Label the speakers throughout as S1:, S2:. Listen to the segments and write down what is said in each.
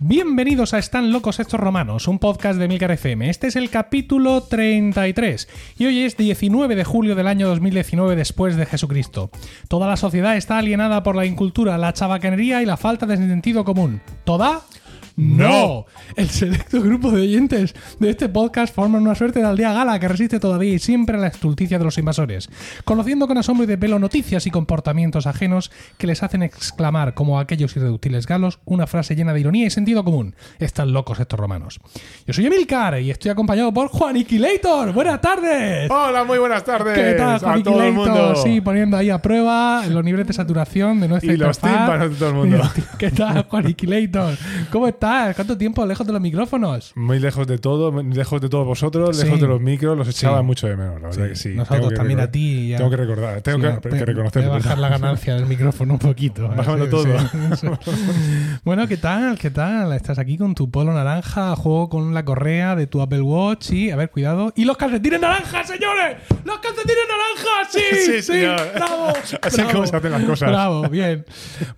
S1: Bienvenidos a Están locos estos romanos, un podcast de Milcar FM. Este es el capítulo 33 y hoy es 19 de julio del año 2019 después de Jesucristo. Toda la sociedad está alienada por la incultura, la chabacanería y la falta de sentido común. ¿Toda?
S2: No.
S1: El selecto grupo de oyentes de este podcast forman una suerte de aldea gala que resiste todavía y siempre a la estulticia de los invasores, conociendo con asombro y de pelo noticias y comportamientos ajenos que les hacen exclamar, como aquellos irreductibles galos, una frase llena de ironía y sentido común. Están locos estos romanos. Yo soy Emilcar y estoy acompañado por Juaniquilator. ¡Buenas tardes!
S2: Hola, muy buenas tardes
S1: ¿Qué tal,
S2: a todo el mundo.
S1: Juaniquilator? Sí, poniendo ahí a prueba los niveles de saturación de nuestra
S2: Y los
S1: interfaz.
S2: tímpanos de todo el mundo.
S1: ¿Qué tal, Juaniquilator? ¿Cómo estás? ¿Cuánto tiempo lejos de los micrófonos?
S2: Muy lejos de todo, muy lejos de todos vosotros,
S1: Sí.
S2: lejos de los micros, los echaba
S1: Sí.
S2: mucho de menos, la verdad
S1: Sí,
S2: que sí.
S1: nosotros
S2: Tengo que
S1: también
S2: recordar-
S1: a ti, ya.
S2: Tengo que recordar, tengo
S1: Sí,
S2: que,
S1: voy-
S2: que reconocerlo.
S1: Voy a bajar la ganancia del micrófono un poquito. ¿eh?
S2: Bájamelo todo.
S1: sí. bueno, ¿qué tal? ¿Qué tal? Estás aquí con tu polo naranja, juego con la correa de tu Apple Watch y, a ver, cuidado. ¡Y los calcetines naranjas, señores! ¡Los calcetines naranjas! ¡Sí!
S2: Sí,
S1: ¡Sí,
S2: señor.
S1: ¡Bravo!
S2: Así es
S1: bravo,
S2: como se hacen las cosas.
S1: Bravo, bien.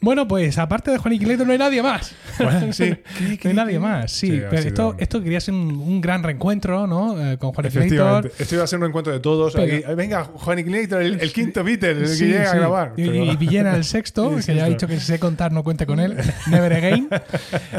S1: Bueno, pues aparte de Juan Iquileto no hay nadie más.
S2: Bueno, sí.
S1: no hay nadie más, sí.
S2: Sí, ha
S1: pero
S2: sido-
S1: esto, esto quería ser un, un gran reencuentro, ¿no? Eh, con Juan Iquiletor.
S2: Efectivamente. Esto iba a ser un encuentro de todos.
S1: Pero-
S2: Aquí, venga, Juan Ignator, el, el quinto Beatle, el
S1: Sí,
S2: que llega a
S1: sí.
S2: grabar.
S1: Y,
S2: Pero-
S1: y Villena, el sexto,
S2: El
S1: que ya ha dicho
S2: sexto.
S1: que si sé contar no cuente con él. Never again.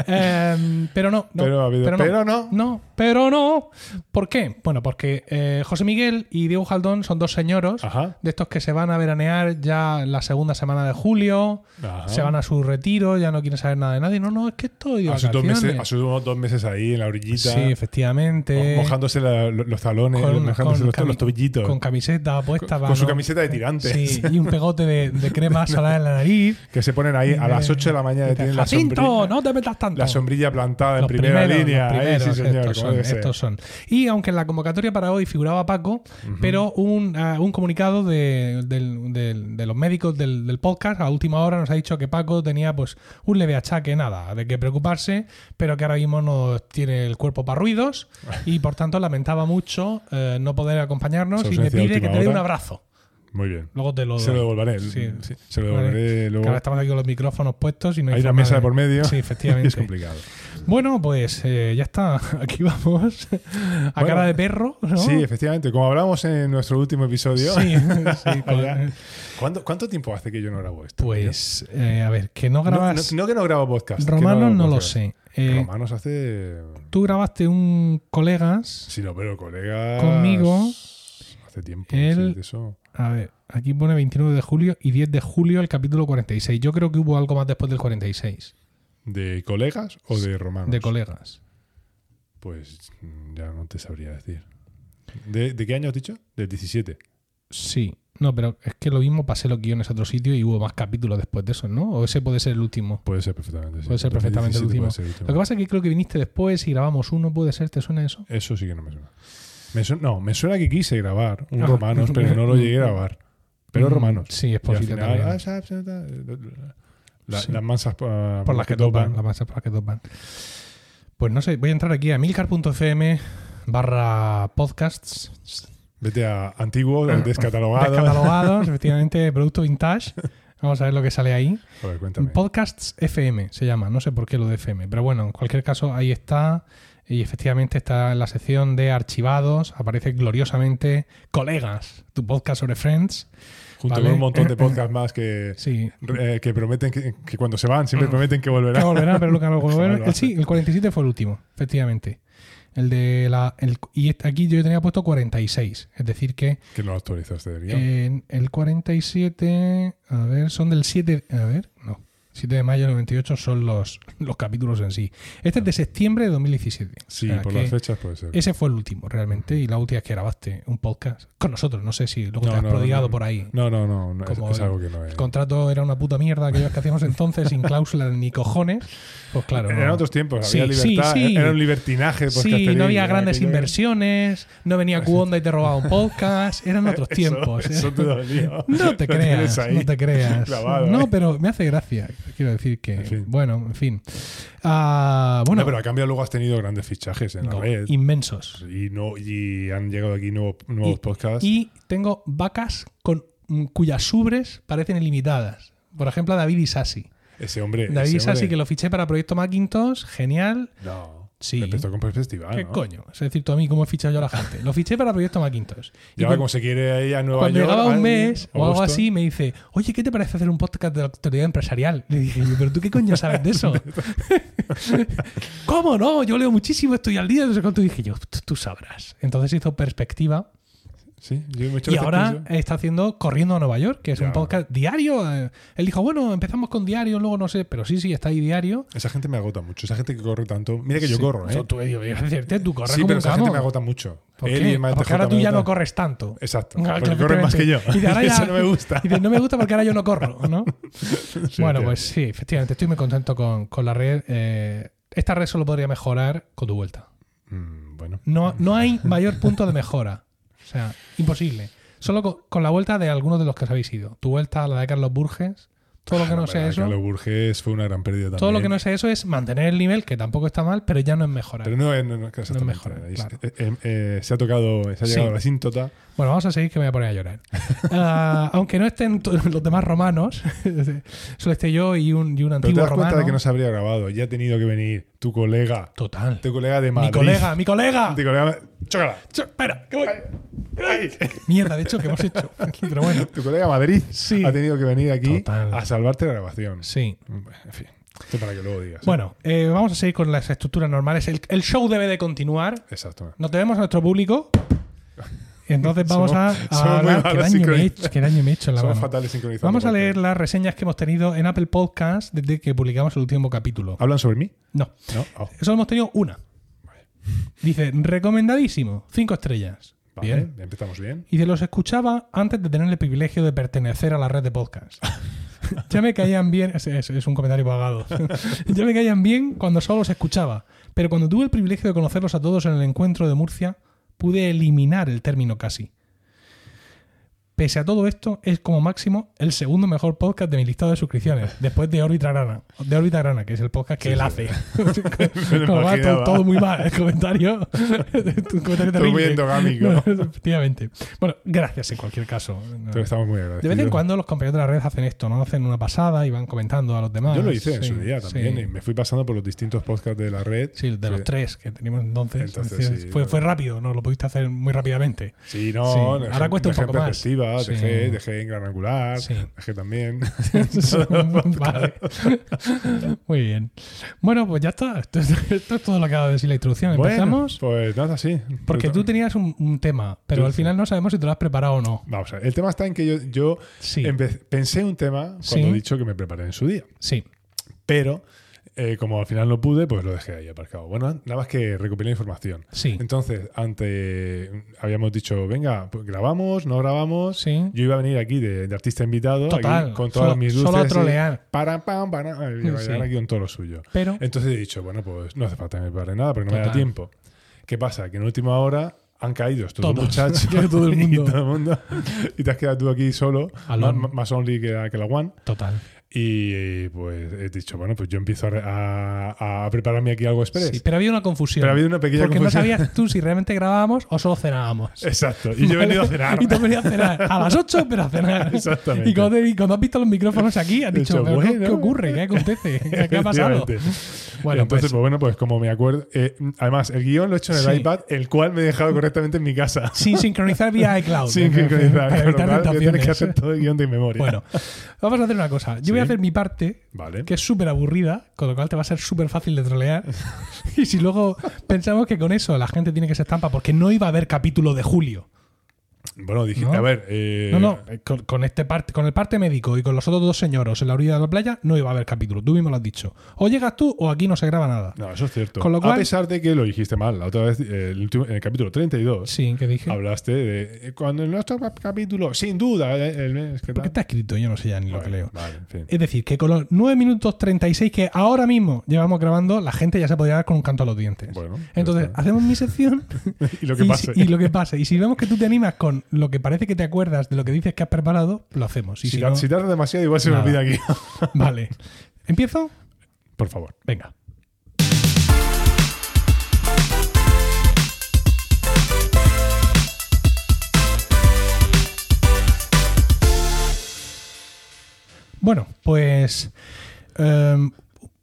S1: Em, pero no. no,
S2: Pero ha habido- pero no.
S1: pero no. ¿Por qué? Bueno, porque eh, José Miguel y Diego Jaldón son dos señoros
S2: Ajá.
S1: de estos que se van a veranear ya la segunda semana de julio.
S2: Ajá.
S1: Se van a su retiro, ya no quieren saber nada de nadie. No, no, es que estoy de
S2: A sus, dos
S1: vacaciones.
S2: meses, a sus dos- dos meses ahí en la orillita,
S1: Sí, efectivamente.
S2: mo- mojándose la- lo- los talones, mojándose los,
S1: cami-
S2: los tobillitos,
S1: con camiseta puesta
S2: Con-
S1: para
S2: con su
S1: no-
S2: camiseta de tirantes.
S1: Sí, y un pegote de, de crema solar en la nariz.
S2: que se ponen ahí a las
S1: Eh,
S2: 8 de la mañana. Tienen la
S1: Jacinto,
S2: sombrilla,
S1: no te metas tanto.
S2: la sombrilla plantada en
S1: Los
S2: primera
S1: primeros,
S2: línea.
S1: los
S2: Ahí
S1: primeros,
S2: sí, señor.
S1: estos,
S2: como
S1: son,
S2: debe ser.
S1: estos son. Y aunque en la convocatoria para hoy figuraba Paco, pero un, ah, un comunicado de, del- del- de los médicos del, del podcast a última hora nos ha dicho que Paco tenía pues un leve achaque, nada, de qué preocuparse, pero que ahora mismo no tiene el cuerpo para ruidos y por tanto lamentaba mucho eh, no poder acompañarnos
S2: Su
S1: y me
S2: ausencia de
S1: pide que
S2: última
S1: te dé un
S2: hora.
S1: abrazo.
S2: Muy bien.
S1: Luego te lo
S2: Se
S1: doy.
S2: lo devolveré.
S1: Sí.
S2: sí, se lo devolveré
S1: Que ahora
S2: luego.
S1: estamos aquí con los micrófonos puestos y no hay,
S2: Hay una
S1: forma
S2: mesa de por medio.
S1: Sí,
S2: Es
S1: efectivamente.
S2: complicado.
S1: bueno, pues eh, ya está. Aquí vamos. A
S2: Bueno.
S1: cara de perro, ¿no?
S2: Sí, efectivamente. Como hablamos en nuestro último episodio.
S1: Sí, sí, con-
S2: Ya. ¿Cuánto, cuánto tiempo hace que yo no grabo esto?
S1: Pues, eh, a ver, que no
S2: No, no,
S1: grabas.
S2: no que no grabo podcast. que
S1: Romanos
S2: grabo
S1: no lo
S2: podcast.
S1: sé. Eh,
S2: Romanos hace.
S1: tú grabaste un colegas.
S2: Sí, no, pero colega.
S1: Conmigo,
S2: Hace tiempo.
S1: él-
S2: sí, de eso.
S1: A ver, aquí pone 29 de julio y 10 de julio el capítulo 46. Yo creo que hubo algo más después del 46
S2: ¿De colegas o de romanos?
S1: de colegas.
S2: Pues mm, ya no te sabría decir. ¿De, de qué año has dicho? Del 17.
S1: Sí. No, pero es que lo mismo pasé los guiones a otro sitio y hubo más capítulos después de eso, ¿no? O ese puede ser el último.
S2: Puede ser perfectamente. sí.
S1: Puede ser perfectamente el
S2: 2017
S1: último.
S2: puede ser el último.
S1: Lo que pasa es que creo que viniste después y grabamos uno, puede ser, ¿te suena eso?
S2: Eso sí que no me suena. Me su- no, me suena que quise grabar un
S1: Ah.
S2: romanos, pero no lo llegué a grabar. Pero
S1: Mm,
S2: romanos.
S1: Sí, es
S2: Y al
S1: posible
S2: final,
S1: también.
S2: ah, sa- sa- sa- la-
S1: Sí.
S2: Las mansas ah,
S1: por las que topan, las masas por las que topan. Pues no sé, voy a entrar aquí a milcar.fm barra podcasts
S2: Vete a antiguo, el descatalogado.
S1: descatalogados, efectivamente, producto vintage. Vamos a ver lo que sale ahí.
S2: A ver, cuéntame.
S1: Podcasts FM se llama, no sé por qué lo de FM, pero bueno, en cualquier caso ahí está y efectivamente está en la sección de archivados, aparece gloriosamente colegas, tu podcast sobre Friends.
S2: Junto
S1: Vale.
S2: con un montón de podcasts más que,
S1: Sí.
S2: eh, que prometen que, que cuando se van,
S1: Mm.
S2: siempre prometen que volverán.
S1: Que volverá, pero nunca lo volverá.
S2: Ojalá.
S1: El- sí, el 47 fue el último, efectivamente. El de la el- y este- aquí yo tenía puesto 46, es decir que
S2: Que no actualizaste del guión.
S1: en el 47, a ver, son del 7, a ver, no. 7 de mayo del 98 son los, los capítulos en sí. Este es de septiembre de 2017. o
S2: sí,
S1: sea
S2: por
S1: que
S2: las fechas puede ser.
S1: Ese fue el último realmente y la última vez que grabaste un podcast con nosotros, no sé si luego
S2: No,
S1: te has
S2: no,
S1: prodigado
S2: no.
S1: por ahí.
S2: No, no, no. no, es,
S1: Como
S2: es
S1: el-
S2: algo que no es.
S1: El contrato era una puta mierda, aquellos que hacíamos entonces sin cláusulas ni cojones. Pues claro.
S2: Eran
S1: no.
S2: otros tiempos,
S1: Sí,
S2: había
S1: sí,
S2: libertad,
S1: sí.
S2: era un libertinaje.
S1: Sí,
S2: podcasteril,
S1: no había
S2: era
S1: grandes
S2: aquello que-
S1: inversiones, no venía Cuonda y te robaba un podcast, eran otros
S2: Eso-
S1: tiempos. ¿eh?
S2: eso te dolió.
S1: No te
S2: Lo tienes
S1: creas,
S2: ahí
S1: no te creas.
S2: clavado,
S1: no,
S2: ¿eh?
S1: pero me hace gracia. Quiero decir que.
S2: En fin.
S1: Bueno, en fin. Ah, bueno,
S2: No, pero a cambio luego has tenido grandes fichajes en
S1: no,
S2: la red.
S1: inmensos.
S2: Y, no, y han llegado aquí nuevo- nuevos podcasts.
S1: Y tengo vacas con mm, cuyas ubres parecen ilimitadas. Por ejemplo, a David Isasi.
S2: ese hombre.
S1: David
S2: Eh, ese
S1: Isasi,
S2: hombre-
S1: que lo fiché para Proyecto Macintosh, genial.
S2: No.
S1: Sí.
S2: Empezó con perspectiva.
S1: ¿Qué
S2: ¿no?
S1: coño? Es decir, tú a mí cómo he fichado yo a la gente. Lo fiché para Proyecto Macintosh. Y
S2: Y ahora,
S1: cuando-
S2: como se quiere ahí a Nueva
S1: Cuando
S2: York.
S1: llegaba un
S2: al-
S1: mes o algo
S2: Augusto.
S1: así, me dice, oye, ¿qué te parece hacer un podcast de la autoridad empresarial? Le dije, yo, pero tú qué coño sabes de eso. ¿Cómo no? Yo leo muchísimo, estoy al día, no sé cuánto. Y dije yo, "Tú- tú sabrás. Entonces hizo Perspectiva
S2: Sí, yo me he hecho
S1: y
S2: este
S1: ahora
S2: ejercicio.
S1: está haciendo Corriendo a Nueva York, que es
S2: Ya.
S1: un podcast diario. Eh, Él dijo, bueno, empezamos con diario, luego no sé, pero sí, sí, está ahí diario.
S2: Esa gente me agota mucho. Esa gente que corre tanto. Mira que yo
S1: Sí.
S2: corro, ¿eh?
S1: Yo, tú, yo, yo, decirte, tú corres
S2: sí,
S1: como
S2: pero
S1: un
S2: esa gente
S1: camo.
S2: me agota mucho.
S1: ¿Por
S2: Él
S1: qué?
S2: y el
S1: porque
S2: MTJ
S1: ahora tú
S2: me
S1: ya no
S2: agota.
S1: corres tanto.
S2: Exacto.
S1: Ah,
S2: porque corres más que yo.
S1: efectivamente. Y de ahora ya-
S2: Eso no me gusta.
S1: Y dices, no me gusta porque ahora yo no corro, ¿no?
S2: Sí,
S1: bueno,
S2: entiendo.
S1: pues sí, efectivamente, estoy muy contento con, con la red. Eh, esta red solo podría mejorar con tu vuelta.
S2: Mm, bueno.
S1: No, no hay mayor punto de mejora. O sea, imposible. Solo con, con la vuelta de algunos de los que os habéis ido. Tu vuelta, la de Carlos Burges, todo lo que
S2: Ah,
S1: no
S2: la
S1: sea
S2: verdad,
S1: eso.
S2: Carlos Burges fue una gran pérdida también.
S1: Todo lo que no sea eso es mantener el nivel, que tampoco está mal, pero ya no es mejorar.
S2: Pero no es, no, no, exactamente.
S1: mejor,
S2: Ahí
S1: claro.
S2: se- eh, eh, eh, se ha tocado, se ha
S1: Sí.
S2: llegado a la síntota.
S1: Bueno, vamos a seguir que me voy a poner a llorar. Ah, aunque no estén to- los demás romanos, solo esté yo y un, y un
S2: Pero te
S1: antiguo
S2: das cuenta
S1: romano.
S2: de que no se habría grabado. Ya ha tenido que venir tu colega,
S1: Total.
S2: tu colega de Madrid.
S1: Mi colega, mi colega.
S2: Tu colega, chócala.
S1: Cho- espera, que voy.
S2: Ay.
S1: Mierda, de hecho, que hemos hecho. Pero bueno.
S2: Tu colega Madrid
S1: Sí.
S2: ha tenido que venir aquí
S1: Total.
S2: a salvarte la grabación.
S1: Sí.
S2: Bueno, En fin, esto para que luego digas. ¿eh?
S1: Bueno, eh, vamos a seguir con las estructuras normales. El, el show debe de continuar.
S2: Exacto.
S1: Nos debemos a nuestro público. Y entonces vamos a,
S2: Somos-
S1: a
S2: somos muy
S1: hablar. ¿Qué
S2: malos
S1: daño, me he
S2: sincroniz-
S1: hecho, qué daño me he hecho en la
S2: Somos
S1: mano.
S2: fatales sincronizando.
S1: Vamos a
S2: porque-
S1: leer las reseñas que hemos tenido en Apple Podcast desde que publicamos el último capítulo.
S2: ¿Hablan sobre mí?
S1: No,
S2: No. Oh,
S1: solo hemos tenido una. Dice, recomendadísimo, cinco estrellas.
S2: vale,
S1: Bien.
S2: empezamos bien.
S1: y de los escuchaba antes de tener el privilegio de pertenecer a la red de podcast. ya me caían bien, es, es- es un comentario pagado. ya me caían bien cuando solo los escuchaba, pero cuando tuve el privilegio de conocerlos a todos en el encuentro de Murcia, pude eliminar el término casi. Pese a todo esto, es como máximo el segundo mejor podcast de mi listado de suscripciones, después de Órbita Grana, de Órbita Grana, que es el podcast que
S2: Sí,
S1: él
S2: sí.
S1: hace.
S2: Me lo
S1: Como va todo,
S2: imaginaba.
S1: todo muy mal, el comentario. un comentario
S2: Todo muy
S1: terrible.
S2: endogámico.
S1: No, efectivamente. Bueno, gracias en cualquier caso.
S2: Pero estamos muy
S1: De
S2: agradecidos.
S1: vez en cuando los compañeros de la red hacen esto, ¿no? Hacen una pasada y van comentando a los demás.
S2: Yo lo hice en
S1: Sí,
S2: su día también
S1: sí.
S2: y me fui pasando por los distintos podcasts de la red.
S1: Sí, de los
S2: Sí.
S1: tres que teníamos entonces. Es
S2: Entonces,
S1: decir,
S2: sí,
S1: fue,
S2: bueno.
S1: fue rápido, ¿no? Lo pudiste hacer muy rápidamente.
S2: Sí, no,
S1: Sí,
S2: dejé-
S1: ahora cuesta un
S2: dejé
S1: poco más.
S2: perspectiva,
S1: Sí.
S2: dejé, dejé en gran angular,
S1: Sí.
S2: dejé también.
S1: vale. Muy bien. Bueno, pues ya está. Esto, es- esto es todo lo que ha dado de decir la introducción. Empezamos
S2: Bueno, pues nada, sí.
S1: porque tú tenías un, un tema, pero
S2: Yo
S1: al
S2: sí.
S1: final no sabemos si te lo has preparado o no.
S2: Vamos a ver, el tema está en que yo, yo
S1: Sí,
S2: empe- pensé un tema cuando
S1: Sí.
S2: he dicho que me preparé en su día,
S1: sí.
S2: pero eh, como al final no pude, pues lo dejé ahí aparcado. Bueno, nada más que recopilé información.
S1: Sí,
S2: Entonces, ante habíamos dicho, venga, pues grabamos, no grabamos.
S1: sí.
S2: Yo iba a venir aquí de, de artista invitado, aquí
S1: Total.
S2: con todas
S1: solo,
S2: mis luces.
S1: solo a
S2: y-
S1: trolear.
S2: Para, pam, para, y iba a llegar
S1: Sí.
S2: aquí con todo lo suyo.
S1: Pero
S2: Entonces he dicho, bueno, pues no hace falta que me prepare nada, porque no me da
S1: Total.
S2: tiempo. ¿Qué pasa? Que en última hora han caído estos dos
S1: Todos.
S2: muchachos
S1: Ya todo el mundo.
S2: y todo el mundo. Y te has quedado tú aquí solo, más,
S1: Alone.
S2: más only que la, que la one.
S1: Total.
S2: Y pues he dicho, bueno, pues yo empiezo a, re- a- a prepararme aquí algo express.
S1: Sí, pero había una confusión.
S2: Pero ha habido una pequeña
S1: porque
S2: confusión.
S1: no sabías tú si realmente grabábamos o solo cenábamos.
S2: Exacto. Y yo he
S1: ¿Vale?
S2: venido a cenar.
S1: Y tú has venido a cenar. A las 8, pero a cenar.
S2: Exactamente.
S1: Y cuando, te- y cuando has visto los micrófonos aquí, has
S2: He
S1: dicho,
S2: dicho,
S1: "¿Pero
S2: bueno".
S1: ¿qué, qué ocurre? ¿Qué acontece? ¿Qué, ha pasado?
S2: Efectivamente.
S1: Bueno,
S2: Entonces, pues,
S1: pues,
S2: bueno, pues como me acuerdo. eh, además, el guión lo he hecho en el
S1: Sí.
S2: iPad, el cual me he dejado correctamente en mi casa.
S1: sin sincronizar vía iCloud.
S2: Sin
S1: Para
S2: sincronizar. con lo
S1: evitar
S2: cual, yo tienes que
S1: tentaciones.
S2: hacer todo el guión de memoria.
S1: Bueno, vamos a hacer una cosa. Yo voy a
S2: Sí.
S1: hacer mi parte,
S2: Vale.
S1: que es súper aburrida, con lo cual te va a ser súper fácil de trolear. y si luego pensamos que con eso la gente tiene que se estampa, porque no iba a haber capítulo de julio.
S2: Bueno, dije,
S1: ¿No?
S2: a ver. eh,
S1: No, no, eh, con, con este parte, con el parte médico y con los otros dos señoros en la orilla de la playa no iba a haber capítulo. Tú mismo lo has dicho. O llegas tú o aquí no se graba nada.
S2: No, eso es cierto.
S1: Con lo cual-
S2: a pesar de que lo dijiste mal, la otra vez, eh, el último- en el capítulo 32,
S1: Sí, que dije.
S2: hablaste de. eh, Cuando en nuestro cap- capítulo, sin duda, eh, el mes que
S1: ¿Por qué está
S2: tal.
S1: escrito? Yo no sé ya ni lo que
S2: Bueno,
S1: leo. Eh,
S2: Vale, en fin.
S1: Es decir, que con los 9 minutos 36 que ahora mismo llevamos grabando, la gente ya se podría dar con un canto a los dientes.
S2: Bueno, ya
S1: Entonces,
S2: está.
S1: hacemos mi sección
S2: y lo que
S1: y,
S2: pase.
S1: si- y lo que pase. Y si vemos que tú te animas con lo que parece que te acuerdas de lo que dices que has preparado, lo hacemos. Y
S2: si,
S1: si
S2: tar-
S1: no-
S2: si tarda demasiado, igual se me
S1: nada.
S2: olvida aquí.
S1: Vale. ¿Empiezo?
S2: Por favor.
S1: Venga. Bueno, pues em,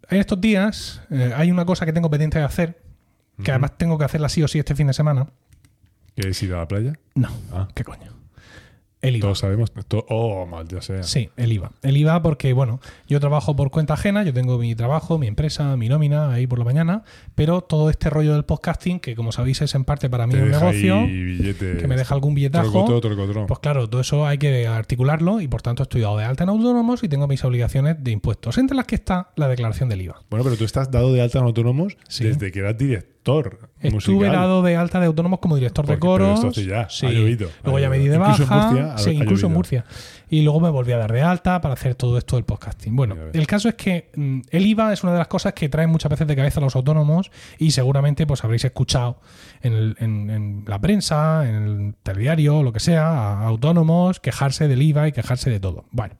S1: en estos días eh, hay una cosa que tengo pendiente de hacer, que
S2: Ujú.
S1: además tengo que hacerla sí o sí este fin de semana.
S2: ¿Que has ido a la playa?
S1: No,
S2: Ah.
S1: ¿qué coño? El IVA.
S2: Todos sabemos. to- oh, maldita sea.
S1: Sí, el IVA. El IVA porque, bueno, yo trabajo por cuenta ajena, yo tengo mi trabajo, mi empresa, mi nómina ahí por la mañana, pero todo este rollo del podcasting, que como sabéis es en parte para mí
S2: Te
S1: un
S2: deja
S1: negocio,
S2: ahí eh, billetes.
S1: que me deja algún billetajo,
S2: Trocotó, trocotó.
S1: pues claro, todo eso hay que articularlo y por tanto estoy dado de alta en autónomos y tengo mis obligaciones de impuestos, entre las que está la declaración del IVA.
S2: Bueno, pero tú estás dado de alta en autónomos
S1: Sí.
S2: desde que eras director
S1: Estuve
S2: musical.
S1: dado de alta de autónomos como director de
S2: Porque- pero
S1: coros.
S2: esto hace ya, ha
S1: sí.
S2: llovido, ha
S1: luego ya me di
S2: llovido.
S1: de baja.
S2: Incluso en Murcia ha-
S1: sí,
S2: ha
S1: incluso en
S2: llovido.
S1: Murcia. Y luego me volví a dar de alta para hacer todo esto del podcasting. Bueno,
S2: Mira, a ver.
S1: el caso es que mm, el IVA es una de las cosas que traen muchas veces de cabeza a los autónomos y seguramente pues habréis escuchado en, el- en- en la prensa, en el telediario, lo que sea, a autónomos quejarse del IVA y quejarse de todo. Bueno.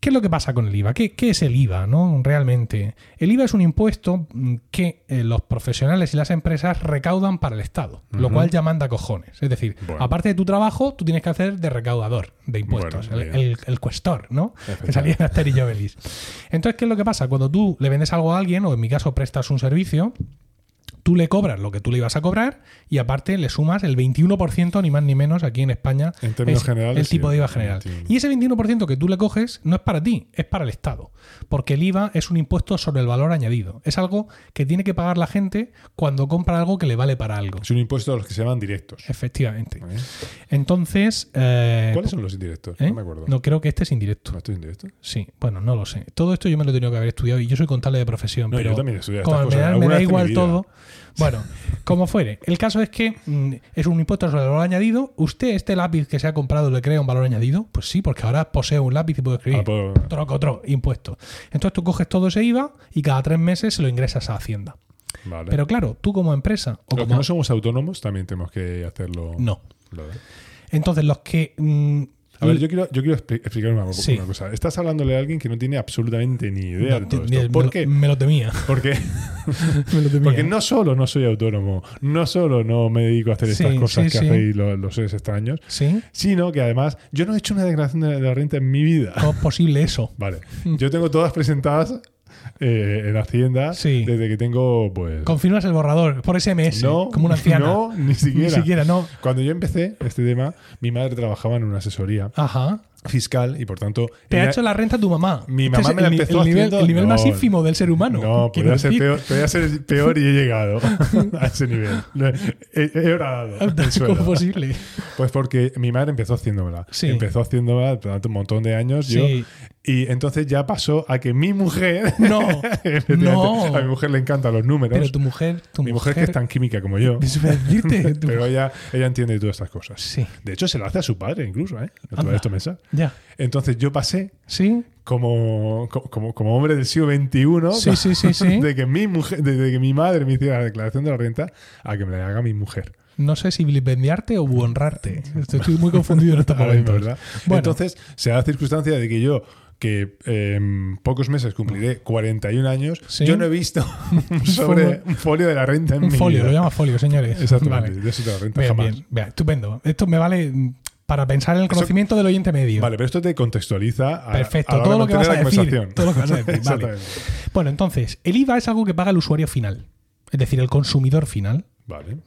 S1: ¿Qué es lo que pasa con el IVA? ¿Qué, qué es el IVA ¿no? realmente? El IVA es un impuesto mm, que eh, los profesionales y las empresas recaudan para el Estado, lo
S2: Ujú.
S1: cual ya manda cojones. Es decir,
S2: Bueno.
S1: aparte de tu trabajo, tú tienes que hacer de recaudador de impuestos,
S2: Bueno,
S1: el,
S2: bien.
S1: el- el cuestor, ¿no? Que
S2: Efectivamente.
S1: salía en Aster y Jovelis. Entonces, ¿qué es lo que pasa? Cuando tú le vendes algo a alguien, o en mi caso prestas un servicio, tú le cobras lo que tú le ibas a cobrar y aparte le sumas el 21%, ni más ni menos, aquí en España.
S2: En términos
S1: es
S2: generales,
S1: El
S2: sí,
S1: tipo de IVA general.
S2: 21.
S1: Y ese 21% que tú le coges no es para ti, es para el Estado. Porque el IVA es un impuesto sobre el valor añadido. Es algo que tiene que pagar la gente cuando compra algo que le vale para algo.
S2: Es un impuesto a los que se llaman directos.
S1: Efectivamente.
S2: ¿Eh?
S1: Entonces. eh,
S2: ¿Cuáles son los indirectos?
S1: ¿eh?
S2: No me acuerdo.
S1: No, creo que este es indirecto.
S2: ¿No estoy indirecto?
S1: Sí, bueno, no lo sé. Todo esto yo me lo he tenido que haber estudiado y yo soy contable de profesión,
S2: No,
S1: pero
S2: yo también he estudiado
S1: como
S2: estas
S1: me
S2: cosas.
S1: da, me
S2: pues, Alguna
S1: da
S2: vez en mi
S1: igual
S2: vida.
S1: todo. Bueno, como fuere, el caso es que mm, es un impuesto sobre el valor añadido. ¿Usted este lápiz que se ha comprado le crea un valor añadido? Pues sí, porque ahora posee un lápiz y puede escribir.
S2: Ah, puedo-
S1: Troco, tro, impuesto. Entonces tú coges todo ese IVA y cada tres meses se lo ingresas a Hacienda.
S2: Vale.
S1: Pero claro, tú como empresa o
S2: los
S1: como
S2: que no somos autónomos también tenemos que hacerlo.
S1: No.
S2: Lo de-
S1: Entonces los que mm,
S2: A ver, yo quiero, yo quiero expli- explicar una, una
S1: Sí.
S2: cosa. Estás hablándole a alguien que no tiene absolutamente ni idea de
S1: no,
S2: todo
S1: te-
S2: esto. ¿Por
S1: me,
S2: qué?
S1: me lo temía.
S2: Porque,
S1: Me lo temía.
S2: porque no solo no soy autónomo, no solo no me dedico a hacer estas
S1: Sí,
S2: cosas
S1: sí,
S2: que
S1: sí.
S2: hacéis los, los seres extraños,
S1: ¿Sí?
S2: sino que además yo no he hecho una declaración de la renta en mi vida.
S1: ¿Cómo es posible eso?
S2: Vale. Yo tengo todas presentadas eh, en Hacienda
S1: Sí.
S2: desde que tengo, pues.
S1: Confirmas el borrador por SMS,
S2: no,
S1: como una anciana.
S2: No, ni
S1: Ni
S2: siquiera.
S1: siquiera, no.
S2: Cuando yo empecé este tema, mi madre trabajaba en una asesoría
S1: Ajá.
S2: fiscal y por tanto.
S1: Te ha
S2: ella-
S1: hecho la renta tu mamá.
S2: Mi
S1: Este
S2: mamá
S1: es
S2: me la
S1: el, ni-
S2: empezó
S1: el nivel,
S2: haciendo-
S1: el nivel
S2: No,
S1: más ínfimo del ser humano.
S2: No,
S1: quiero
S2: podría ser,
S1: decir.
S2: peor, podría ser peor y he llegado a ese nivel. He, he bradado al suelo.
S1: ¿Cómo es posible?
S2: Pues porque mi madre empezó haciéndomela.
S1: Sí.
S2: Empezó haciéndomela durante un montón de años. Yo,
S1: Sí.
S2: y entonces ya pasó a que mi mujer.
S1: No,
S2: Efectivamente,
S1: No.
S2: A mi mujer le encantan los números.
S1: pero tu mujer, tu
S2: mi mujer, que es tan química como yo.
S1: Eso iba a decirte, tu-
S2: Pero ella, ella entiende todas estas cosas.
S1: Sí,
S2: De hecho, se lo hace a su padre incluso, ¿eh? No te
S1: Anda.
S2: vayas tú a pensar.
S1: ya.
S2: Entonces yo pasé
S1: Sí,
S2: como, co- como, como hombre del siglo XXI
S1: Sí, sí, sí, sí.
S2: de que mi mujer, de, de que mi madre me hiciera la declaración de la renta a que me la haga mi mujer.
S1: no sé si vilipendiarte o honrarte. Estoy muy confundido en este estos
S2: Ahora mismo,
S1: momentos.
S2: ¿verdad?
S1: Bueno.
S2: Entonces se da la circunstancia de que yo que eh, en pocos meses cumpliré 41 años,
S1: Mm. Sí.
S2: yo no he visto un, sobre, un folio de la renta en
S1: Un
S2: mi
S1: folio,
S2: vida.
S1: lo llama folio, señores.
S2: Exactamente,
S1: Vale.
S2: de eso de la renta
S1: Bien,
S2: jamás.
S1: bien, bien. Estupendo. Esto me vale mm, para pensar en el conocimiento del oyente medio.
S2: Vale, pero esto te contextualiza a,
S1: Perfecto,
S2: a la hora
S1: todo
S2: de
S1: lo que vas a
S2: mantener la
S1: decir.
S2: conversación.
S1: Todo lo que vas a decir. Vale.
S2: Exactamente.
S1: Bueno, entonces, el IVA es algo que paga el usuario final, es decir, el consumidor final.
S2: Vale.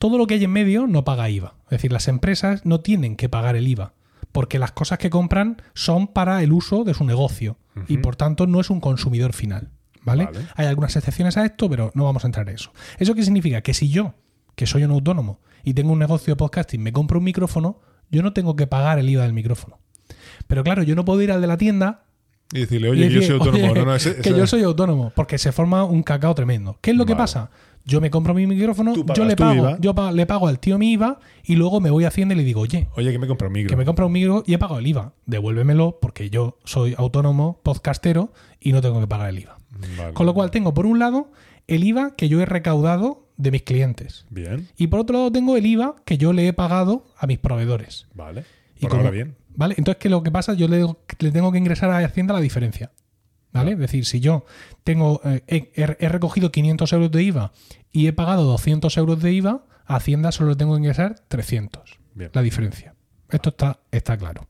S1: Todo lo que hay en medio no paga IVA. Es decir, las empresas no tienen que pagar el IVA, porque las cosas que compran son para el uso de su negocio y por tanto no es un consumidor final. ¿vale?
S2: Vale.
S1: Hay algunas excepciones a esto, pero no vamos a entrar en eso. ¿Eso qué significa? Que si yo, que soy un autónomo y tengo un negocio de podcasting, me compro un micrófono, yo no tengo que pagar el IVA del micrófono. Pero claro, yo no puedo ir al de la tienda
S2: Y decirle, oye,
S1: y
S2: que yo soy
S1: decir,
S2: autónomo.
S1: "Oye,
S2: no, no, ese-
S1: que
S2: ese-
S1: yo soy autónomo, porque se forma un cacao tremendo. ¿Qué es lo que
S2: Vale.
S1: pasa? Yo me compro mi micrófono,
S2: Tú pagas
S1: yo le
S2: tu
S1: pago,
S2: IVA.
S1: yo pa- le pago al tío mi IVA y luego me voy a Hacienda y le digo, oye,
S2: Oye, que me compro un micro.
S1: que me compra un micro y he pagado el IVA, devuélvemelo porque yo soy autónomo, podcastero y no tengo que pagar el IVA.
S2: Vale.
S1: Con lo cual tengo, por un lado, el IVA que yo he recaudado de mis clientes.
S2: Bien,
S1: Y por otro lado tengo el IVA que yo le he pagado a mis proveedores.
S2: vale.
S1: Y
S2: Por
S1: como-
S2: ahora bien.
S1: ¿Vale? Entonces, ¿qué es lo que pasa? Yo le, le tengo que ingresar a Hacienda la diferencia. ¿Vale? Es decir, si yo tengo eh, he, he recogido 500 euros de IVA y he pagado 200 euros de IVA, a Hacienda solo tengo que ingresar 300.
S2: Bien.
S1: La diferencia. Esto está, está claro.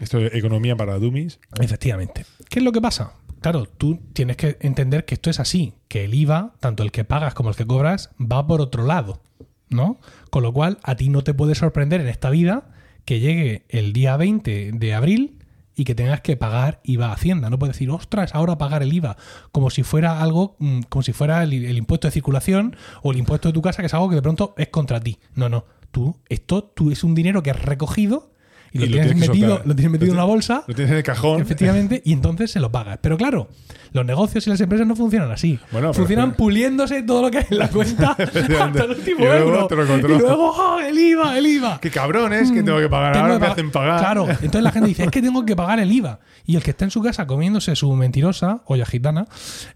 S2: Esto es economía para dummies.
S1: Efectivamente. ¿Qué es lo que pasa? Claro, tú tienes que entender que esto es así, que el IVA, tanto el que pagas como el que cobras, va por otro lado, ¿no? Con lo cual, a ti no te puede sorprender en esta vida que llegue el día 20 de abril y que tengas que pagar IVA a Hacienda. No puedes decir, ostras, ahora pagar el IVA, como si fuera algo, mm, como si fuera el, el impuesto de circulación o el impuesto de tu casa, que es algo que de pronto es contra ti. No, no. Tú, esto tú es un dinero que has recogido y lo,
S2: Y lo
S1: tienes,
S2: tienes que
S1: metido,
S2: soltar.
S1: lo tienes
S2: Lo
S1: metido en una
S2: tienes-
S1: bolsa.
S2: Lo tienes en el cajón.
S1: Efectivamente, y entonces se lo pagas. Pero claro, los negocios y las empresas no funcionan así.
S2: Bueno, pero-
S1: funcionan puliéndose todo lo que hay en la cuenta hasta el último
S2: Y luego
S1: euro.
S2: te lo controlan.
S1: Y luego, ¡oh, el IVA, el IVA!
S2: Qué cabrón es que tengo que pagar.
S1: Mm. Tengo
S2: Ahora
S1: que
S2: me
S1: pagar-
S2: hacen pagar.
S1: Claro, entonces la gente dice, es que tengo que pagar el IVA. Y el que está en su casa comiéndose su mentirosa, olla gitana,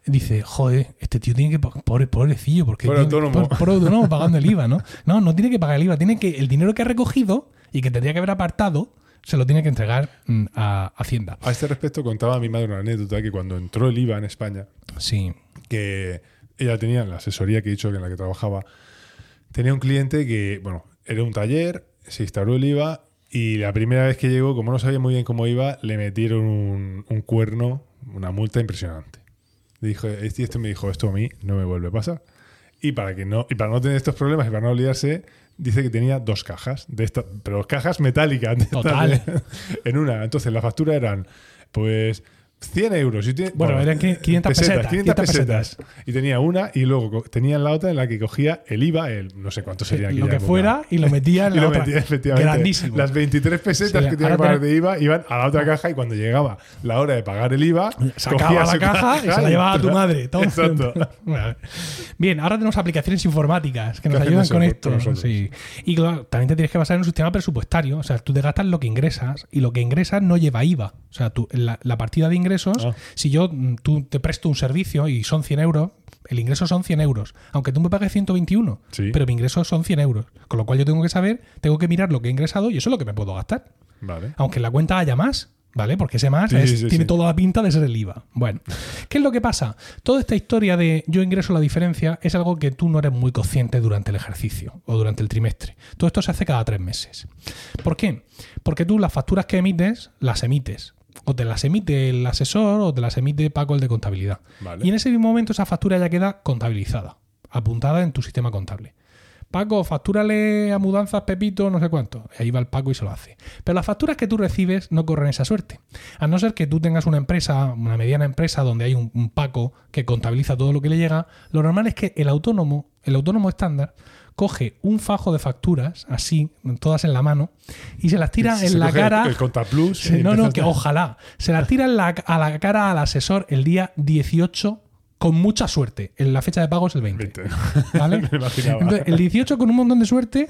S1: dice, joder, este tío tiene que pa- pobre, pobrecillo, porque
S2: Pobre
S1: tiene-
S2: autónomo.
S1: pobre- pobre autónomo pagando el IVA, ¿no? No, no tiene que pagar el IVA, tiene que el dinero que ha recogido y que tendría que haber apartado, se lo tiene que entregar mm, a Hacienda.
S2: A este respecto contaba mi madre una anécdota que cuando entró el IVA en España,
S1: Sí.
S2: que ella tenía en la asesoría que he dicho que en la que trabajaba, tenía un cliente que, bueno, era un taller, se instaló el IVA y la primera vez que llegó, como no sabía muy bien cómo iba, le metieron un, un cuerno, una multa impresionante. Dijo, este, este me dijo, esto a mí no me vuelve a pasar. Y para, que no, y para no tener estos problemas y para no olvidarse, dice que tenía dos cajas, de estas, pero cajas metálicas. de estas
S1: Total.
S2: de- en una. Entonces la factura eran, pues, 100 euros. Y tiene-
S1: Bueno, eran que- 500 pesetas,
S2: 500
S1: 500
S2: pesetas. Y tenía una y luego co- tenía la otra en la que cogía el IVA, el no sé cuánto sería.
S1: Eh, lo
S2: aquella
S1: que
S2: época.
S1: fuera y lo metía en
S2: Y
S1: la
S2: lo
S1: otra.
S2: metía, efectivamente.
S1: Grandísimo.
S2: Las 23 pesetas
S1: Sí,
S2: que tenía que
S1: ahora
S2: pagar
S1: tenés-
S2: de IVA iban a la otra caja y cuando llegaba la hora de pagar el IVA,
S1: Sacaba
S2: cogía
S1: la
S2: su
S1: caja y se la llevaba a tu
S2: entraba.
S1: madre. Toma.
S2: Exacto.
S1: Vale. Bien, ahora tenemos aplicaciones informáticas que nos
S2: Que hacen
S1: ayudan
S2: eso
S1: con
S2: por-
S1: esto.
S2: por nosotros.
S1: sí. Y claro, también te tienes que basar en un sistema presupuestario. O sea, tú te gastas lo que ingresas y lo que ingresas no lleva IVA. O sea, tú, la, la partida de ingresos,
S2: Ah.
S1: si yo mm, tú te presto un servicio y son 100 euros, el ingreso son 100 euros. Aunque tú me pagues 121,
S2: Sí.
S1: pero mi ingreso son 100 euros. Con lo cual yo tengo que saber, tengo que mirar lo que he ingresado y eso es lo que me puedo gastar
S2: Vale.
S1: aunque en la cuenta haya más, ¿vale? Porque ese más
S2: Sí,
S1: es-
S2: sí, sí,
S1: tiene
S2: sí.
S1: toda la pinta de ser el IVA. Bueno, ¿qué es lo que pasa? Toda esta historia de yo ingreso la diferencia es algo que tú no eres muy consciente durante el ejercicio o durante el trimestre. Todo esto se hace cada tres meses. ¿Por qué? Porque tú las facturas que emites, las emites. O te las emite el asesor o te las emite Paco el de contabilidad.
S2: Vale.
S1: Y en ese mismo momento esa factura ya queda contabilizada, apuntada en tu sistema contable. Paco, factúrale a mudanzas Pepito, no sé cuánto. Ahí va el Paco y se lo hace. Pero las facturas que tú recibes no corren esa suerte. A no ser que tú tengas una empresa, una mediana empresa donde hay un, un Paco que contabiliza todo lo que le llega, lo normal es que el autónomo, el autónomo estándar, coge un fajo de facturas, así, todas en la mano, y se las tira
S2: Se
S1: en la
S2: coge
S1: cara.
S2: El, el Contaplus.
S1: Se-
S2: y
S1: no, no,
S2: empiezas
S1: que
S2: a-
S1: ojalá. Se la tira en la- a la cara al asesor el día 18 con mucha suerte. En la fecha de pago es el 20.
S2: 20.
S1: ¿vale?
S2: Me imaginaba.
S1: Entonces, el 18 con un montón de suerte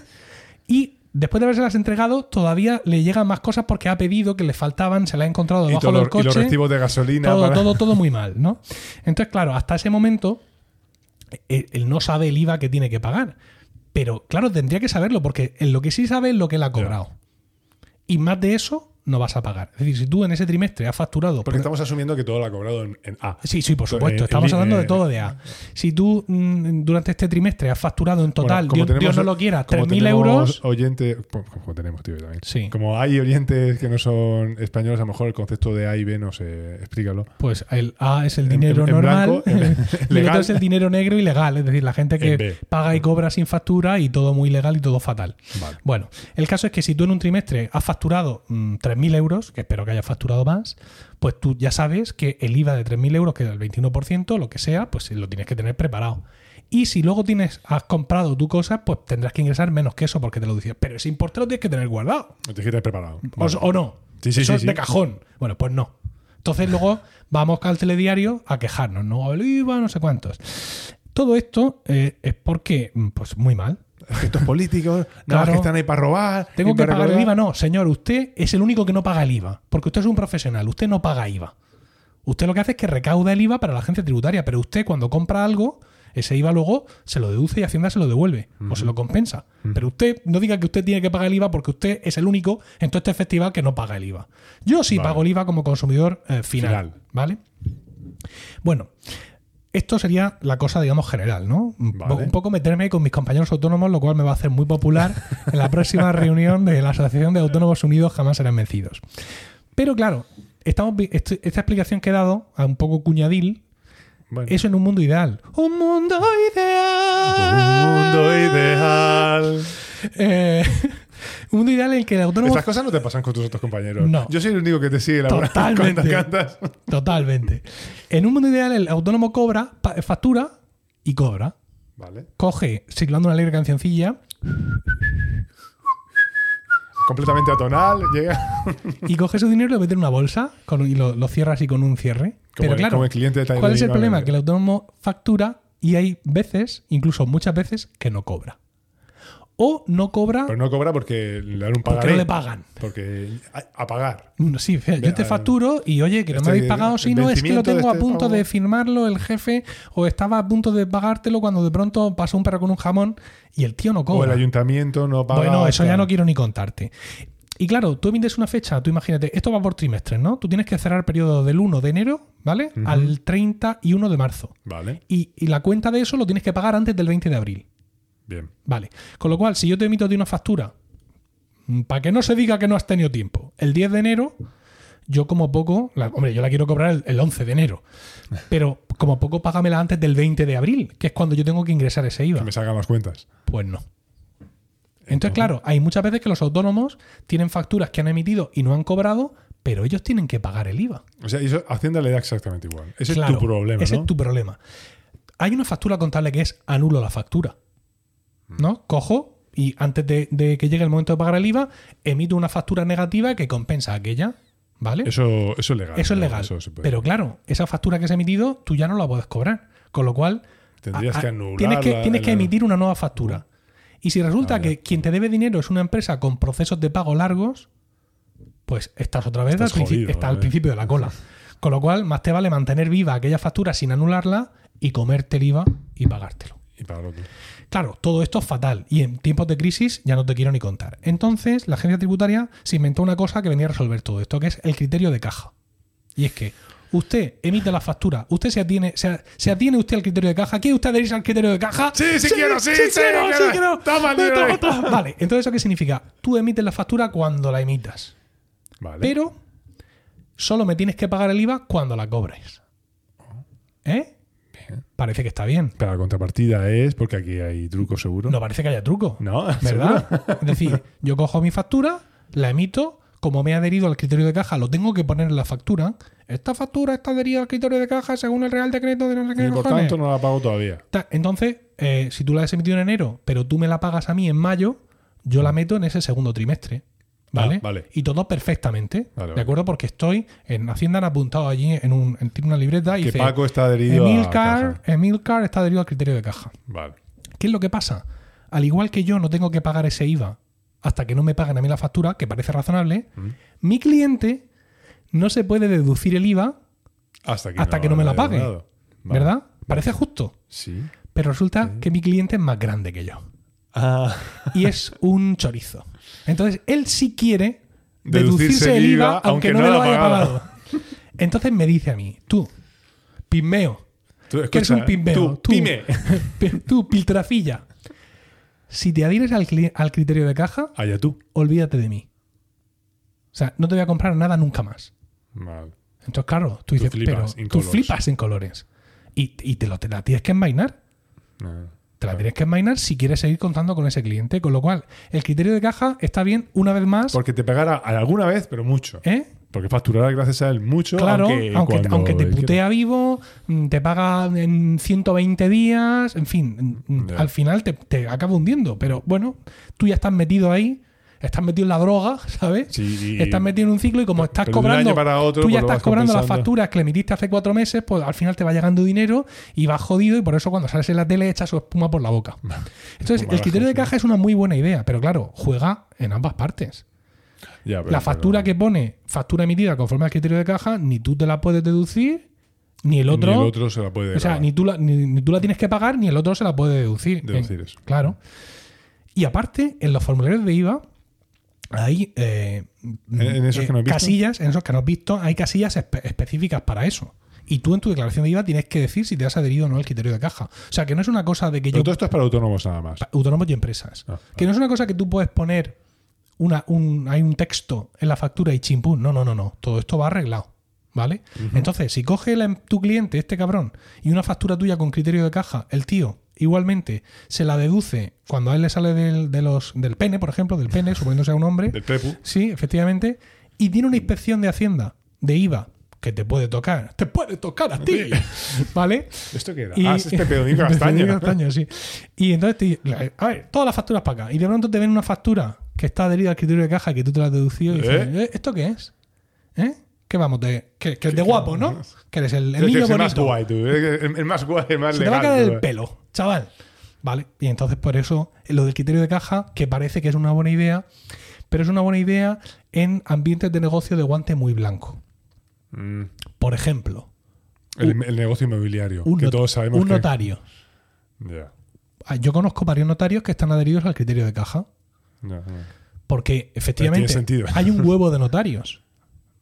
S1: y después de haberse las entregado todavía le llegan más cosas porque ha pedido que le faltaban, se la ha encontrado
S2: y,
S1: debajo
S2: todo-
S1: del
S2: y
S1: coche.
S2: los recibos de gasolina.
S1: todo,
S2: para-
S1: todo, todo muy mal, ¿no? Entonces, claro, hasta ese momento él, él no sabe el IVA que tiene que pagar. Pero, claro, tendría que saberlo, porque en lo que sí sabe es lo que él ha cobrado. Y más de eso no vas a pagar. Es decir, si tú en ese trimestre has facturado.
S2: Porque
S1: por-
S2: estamos asumiendo que todo lo ha cobrado en, en A.
S1: Sí, sí, por supuesto.
S2: Eh,
S1: Estamos
S2: el-
S1: hablando de
S2: eh,
S1: todo de A. Si tú mm, durante este trimestre has facturado en total,
S2: Bueno, como
S1: Dios, Dios
S2: tenemos-
S1: no lo quiera,
S2: como
S1: 3.000
S2: tenemos
S1: euros.
S2: oyentes- como, como tenemos, tío, también.
S1: Sí.
S2: Como hay oyentes que no son españoles, a lo mejor el concepto de A y B no sé, explícalo.
S1: Pues el A es el dinero
S2: en- en
S1: normal,
S2: blanco, en-
S1: y el
S2: legal.
S1: otro es el dinero negro ilegal, es decir, la gente
S2: En
S1: que
S2: B.
S1: paga y cobra sin factura y todo muy ilegal y todo fatal.
S2: Vale.
S1: Bueno, el caso es que si tú en un trimestre has facturado mm, 3.000 euros, que espero que hayas facturado más, pues tú ya sabes que el IVA de 3.000 euros, que es el 21%, lo que sea, pues lo tienes que tener preparado. Y si luego tienes, has comprado tú cosas, pues tendrás que ingresar menos que eso porque te lo dices. Pero ese importe lo tienes que tener guardado.
S2: No te quieres preparado.
S1: O-
S2: Vale.
S1: ¿O, no?
S2: Sí, sí,
S1: Eso
S2: sí,
S1: es de
S2: sí.
S1: cajón. Bueno, pues no. Entonces luego vamos al telediario a quejarnos, ¿no? El IVA, no sé cuántos. Todo esto eh, es porque, mm, pues muy mal.
S2: Es que Estos políticos, nada más
S1: Claro.
S2: que están ahí para robar. y
S1: Tengo que
S2: para
S1: pagar el
S2: colgar.
S1: IVA. No, señor, usted es el único que no paga el IVA. Porque usted es un profesional, usted no paga IVA. Usted lo que hace es que recauda el IVA para la agencia tributaria, pero usted cuando compra algo, ese IVA luego se lo deduce y Hacienda se lo devuelve o se lo compensa. Pero usted no diga que usted tiene que pagar el IVA porque usted es el único en todo este festival que no paga el IVA. Yo sí
S2: Vale.
S1: pago el IVA como consumidor eh, final,
S2: Final.
S1: ¿Vale? Bueno, esto sería la cosa, digamos, general, ¿no? Un po-
S2: Vale.
S1: Un poco meterme con mis compañeros autónomos, lo cual me va a hacer muy popular en la próxima reunión de la Asociación de Autónomos Unidos Jamás Serán Vencidos. Pero claro, estamos, vi- est- esta explicación que he dado, a un poco cuñadil,
S2: Bueno.
S1: eso en un mundo ideal. Un mundo ideal.
S2: Un mundo ideal.
S1: Eh, un mundo ideal en el que el autónomo...
S2: Estas cosas no te pasan con tus otros compañeros.
S1: No.
S2: Yo soy el único que te sigue la broma
S1: Totalmente.
S2: cuando cantas.
S1: Totalmente. En un mundo ideal el autónomo cobra, pa- factura y cobra.
S2: Vale.
S1: Coge, ciclando una alegre cancioncilla,
S2: Completamente atonal. Llega.
S1: y coge su dinero y lo mete en una bolsa con- y lo, lo cierra así con un cierre.
S2: Como
S1: Pero
S2: el-
S1: claro,
S2: como el cliente de Tyler
S1: ¿cuál es el
S2: Durden.
S1: problema? Que el autónomo factura y hay veces, incluso muchas veces, que no cobra. O no cobra
S2: Pero no cobra porque le dan un pagaré.
S1: porque no le pagan.
S2: Porque a, a pagar.
S1: Mm, Sí, fea, yo
S2: Ve-
S1: te
S2: ah,
S1: facturo y oye, que no me
S2: este
S1: habéis pagado, si no es que lo
S2: vencimiento de
S1: tengo a
S2: este
S1: punto de
S2: pago.
S1: firmarlo el jefe o estaba a punto de pagártelo cuando de pronto pasó un perro con un jamón y el tío no
S2: O el
S1: cobra.
S2: ayuntamiento no paga.
S1: Bueno, eso
S2: o sea,
S1: ya no quiero ni contarte. Y claro, tú emites una fecha, tú imagínate, esto va por trimestres, ¿no? Tú tienes que cerrar el periodo del 1 de enero, ¿vale? Al 31 de marzo.
S2: Vale.
S1: Y, y la cuenta de eso lo tienes que pagar antes del 20 de abril,
S2: Bien.
S1: ¿vale? Con lo cual, si yo te emito a ti una factura, para que no se diga que no has tenido tiempo, el 10 de enero, yo como poco, la- hombre, yo la quiero cobrar el, el 11 de enero, pero como poco págamela antes del 20 de abril, que es cuando yo tengo que ingresar ese IVA.
S2: Que me salgan las cuentas.
S1: Pues no. Entonces, claro, hay muchas veces que los autónomos tienen facturas que han emitido y no han cobrado, pero ellos tienen que pagar el IVA.
S2: O sea, y eso, Hacienda le da exactamente igual. Ese
S1: Claro,
S2: es tu problema,
S1: Ese
S2: ¿no?
S1: es tu problema. Hay una factura contable que es anulo la factura.
S2: Mm.
S1: ¿No? Cojo y antes de, de que llegue el momento de pagar el IVA, emito una factura negativa que compensa aquella. ¿Vale?
S2: Eso, eso es legal.
S1: Eso es
S2: ¿no?
S1: legal.
S2: Eso se puede.
S1: Pero claro, esa factura que se ha emitido, tú ya no la puedes cobrar. Con lo cual,
S2: Tendrías
S1: a- a-
S2: que anular
S1: Tienes que,
S2: la-
S1: tienes que
S2: la-
S1: emitir una nueva factura. Y si resulta
S2: Ah, ya.
S1: que quien te debe dinero es una empresa con procesos de pago largos, pues estás otra vez
S2: Estás
S1: al, princi-
S2: jodido, eh.
S1: estás al
S2: ¿vale?
S1: principio de la cola. Con lo cual, más te vale mantener viva aquella factura sin anularla y comerte el IVA y pagártelo.
S2: Y para lo que-
S1: Claro, todo esto es fatal y en tiempos de crisis ya no te quiero ni contar. Entonces, la agencia tributaria se inventó una cosa que venía a resolver todo esto, que es el criterio de caja. Y es que usted emite la factura, usted se atiene, se, se atiene usted al criterio de caja, ¿quiere usted adherirse al criterio de caja?
S2: Sí, sí quiero, sí, sí,
S1: quiero,
S2: quiero.
S1: sí quiero.
S2: Toma el dinero ahí.
S1: toma. Vale, entonces ¿eso qué significa? Tú emites la factura cuando la emitas,
S2: Vale.
S1: pero solo me tienes que pagar el IVA cuando la cobres. ¿Eh? Parece que está bien.
S2: Pero la contrapartida es, porque aquí hay truco seguro.
S1: No parece que haya truco.
S2: No,
S1: ¿Verdad? Es decir, yo cojo mi factura, la emito, como me he adherido al criterio de caja, lo tengo que poner en la factura. Esta factura está adherida al criterio de caja según el Real Decreto de no sé qué
S2: Y por
S1: cojones.
S2: tanto no la pago todavía.
S1: Ta- Entonces, eh, si tú la has emitido en enero, pero tú me la pagas a mí en mayo, yo la meto en ese segundo trimestre. ¿Vale?
S2: Ah, vale.
S1: Y todo perfectamente.
S2: Vale,
S1: ¿De
S2: vale.
S1: acuerdo? Porque estoy en Hacienda, han apuntado allí en, un, en- tiene una libreta y
S2: Que
S1: dice,
S2: Paco está adherido a
S1: Emilcar,
S2: caja.
S1: Emilcar está adherido al criterio de caja.
S2: Vale.
S1: ¿Qué es lo que pasa? Al igual que yo no tengo que pagar ese IVA hasta que no me paguen a mí la factura, que parece razonable, mi cliente no se puede deducir el IVA,
S2: Hasta que,
S1: Hasta que no me la
S2: haya
S1: pague.
S2: donado. Vale.
S1: ¿verdad? Parece justo,
S2: Sí.
S1: pero resulta que mi cliente es más grande que yo y es un chorizo. Entonces, él sí quiere
S2: Deducirse
S1: deducirse el
S2: el
S1: IVA
S2: IVA,
S1: aunque
S2: aunque
S1: no
S2: no
S1: me lo
S2: lo ha
S1: haya
S2: pagado.
S1: pagado. Entonces me dice a mí, tú, pimeo,
S2: Tú,
S1: que eres un
S2: escucha,
S1: pimbeo.
S2: Tú, pime.
S1: pi- tú, piltrafilla. Si te adhieres al cli- al criterio de caja,
S2: Allá tú.
S1: olvídate de mí. O sea, no te voy a comprar nada nunca más.
S2: Vale.
S1: Entonces, claro, tú dices,
S2: flipas
S1: pero
S2: en
S1: tú
S2: colores.
S1: flipas en colores. Y, y te, lo, te la tienes que envainar.
S2: No.
S1: Te la tienes que envainar si quieres seguir contando con ese cliente. Con lo cual, el criterio de caja está bien una vez más.
S2: Porque te pegará alguna vez, pero mucho.
S1: ¿eh?
S2: Porque facturará gracias a él mucho.
S1: Claro, aunque,
S2: aunque,
S1: aunque,
S2: cuando
S1: te
S2: él quiera.
S1: putea vivo, mm, te paga en 120 días, en fin, mm,
S2: Ya.
S1: al final te, te acaba hundiendo. Pero bueno, tú ya estás metido ahí, estás metido en la droga, ¿sabes?
S2: Sí, y-
S1: estás metido en un ciclo y como estás
S2: pero de un
S1: cobrando,
S2: año para otro,
S1: tú ya
S2: pues lo
S1: estás
S2: vas
S1: cobrando las
S2: compensando.
S1: facturas que le emitiste hace cuatro meses, pues al final te va llegando dinero y vas jodido y por eso cuando sales en la tele echa su espuma por la boca. Entonces, el
S2: barajas,
S1: criterio de
S2: sí.
S1: caja es una muy buena idea, pero claro, juega en ambas partes.
S2: Ya, pero-
S1: La factura
S2: pero-
S1: que pone factura emitida conforme al criterio de caja, ni tú te la puedes deducir, ni el otro.
S2: Ni el otro se la puede.
S1: o sea,
S2: grabar.
S1: ni tú, la, ni, ni tú la tienes que pagar, ni el otro se la puede deducir.
S2: Deducir
S1: Eh,
S2: eso.
S1: Claro. Y aparte, en los formularios de IVA hay eh,
S2: en esos que no has visto?
S1: casillas, en esos que no has visto, hay casillas espe- específicas para eso. y tú en tu declaración de IVA tienes que decir si te has adherido o no al criterio de caja. O sea, que no es una cosa de que
S2: Pero
S1: yo
S2: todo esto es para autónomos nada más.
S1: autónomos y empresas.
S2: Ah,
S1: que no es una cosa que tú puedes poner una, un, hay un texto en la factura y chimpún. No, no, no, no. Todo esto va arreglado. ¿Vale? Entonces, si coge la em- tu cliente, este cabrón, y una factura tuya con criterio de caja, el tío igualmente se la deduce cuando a él le sale del, de los, del pene, por ejemplo, del pene, suponiéndose a un hombre.
S2: Del prepu.
S1: Sí, efectivamente. Y tiene una inspección de Hacienda, de IVA, que te puede tocar. ¡Te puede tocar a ti! ¿Vale?
S2: ¿Esto qué era? ah, ese es Pepe Domingo
S1: Pepe
S2: Castaño.
S1: Domingo Este Castaño, sí. Y entonces, te- la- eh, a ver, todas las facturas para acá. Y de pronto te ven una factura que está adherida al criterio de caja que tú te la has deducido y dices,
S2: ¿Eh?
S1: "Eh, ¿esto qué es? ¿Eh? ¿Qué vamos? De, que, que de guapo, ¿no? Que eres el, el
S2: Tienes que
S1: niño
S2: ser más
S1: bonito.
S2: guay, tú. El, el más guay, el más
S1: Se te va a
S2: legal.
S1: caer
S2: tú.
S1: el pelo, chaval. Vale, y entonces por eso eh, lo del criterio de caja, que parece que es una buena idea, pero es una buena idea en ambientes de negocio de guante muy blanco.
S2: Mm.
S1: Por ejemplo,
S2: El, el negocio inmobiliario.
S1: un,
S2: que
S1: not-
S2: todos sabemos
S1: un
S2: que...
S1: notario.
S2: Ya,
S1: Ah, Yo conozco varios notarios que están adheridos al criterio de caja.
S2: ya, ya.
S1: Porque efectivamente
S2: Pero tiene sentido.
S1: hay un huevo de notarios,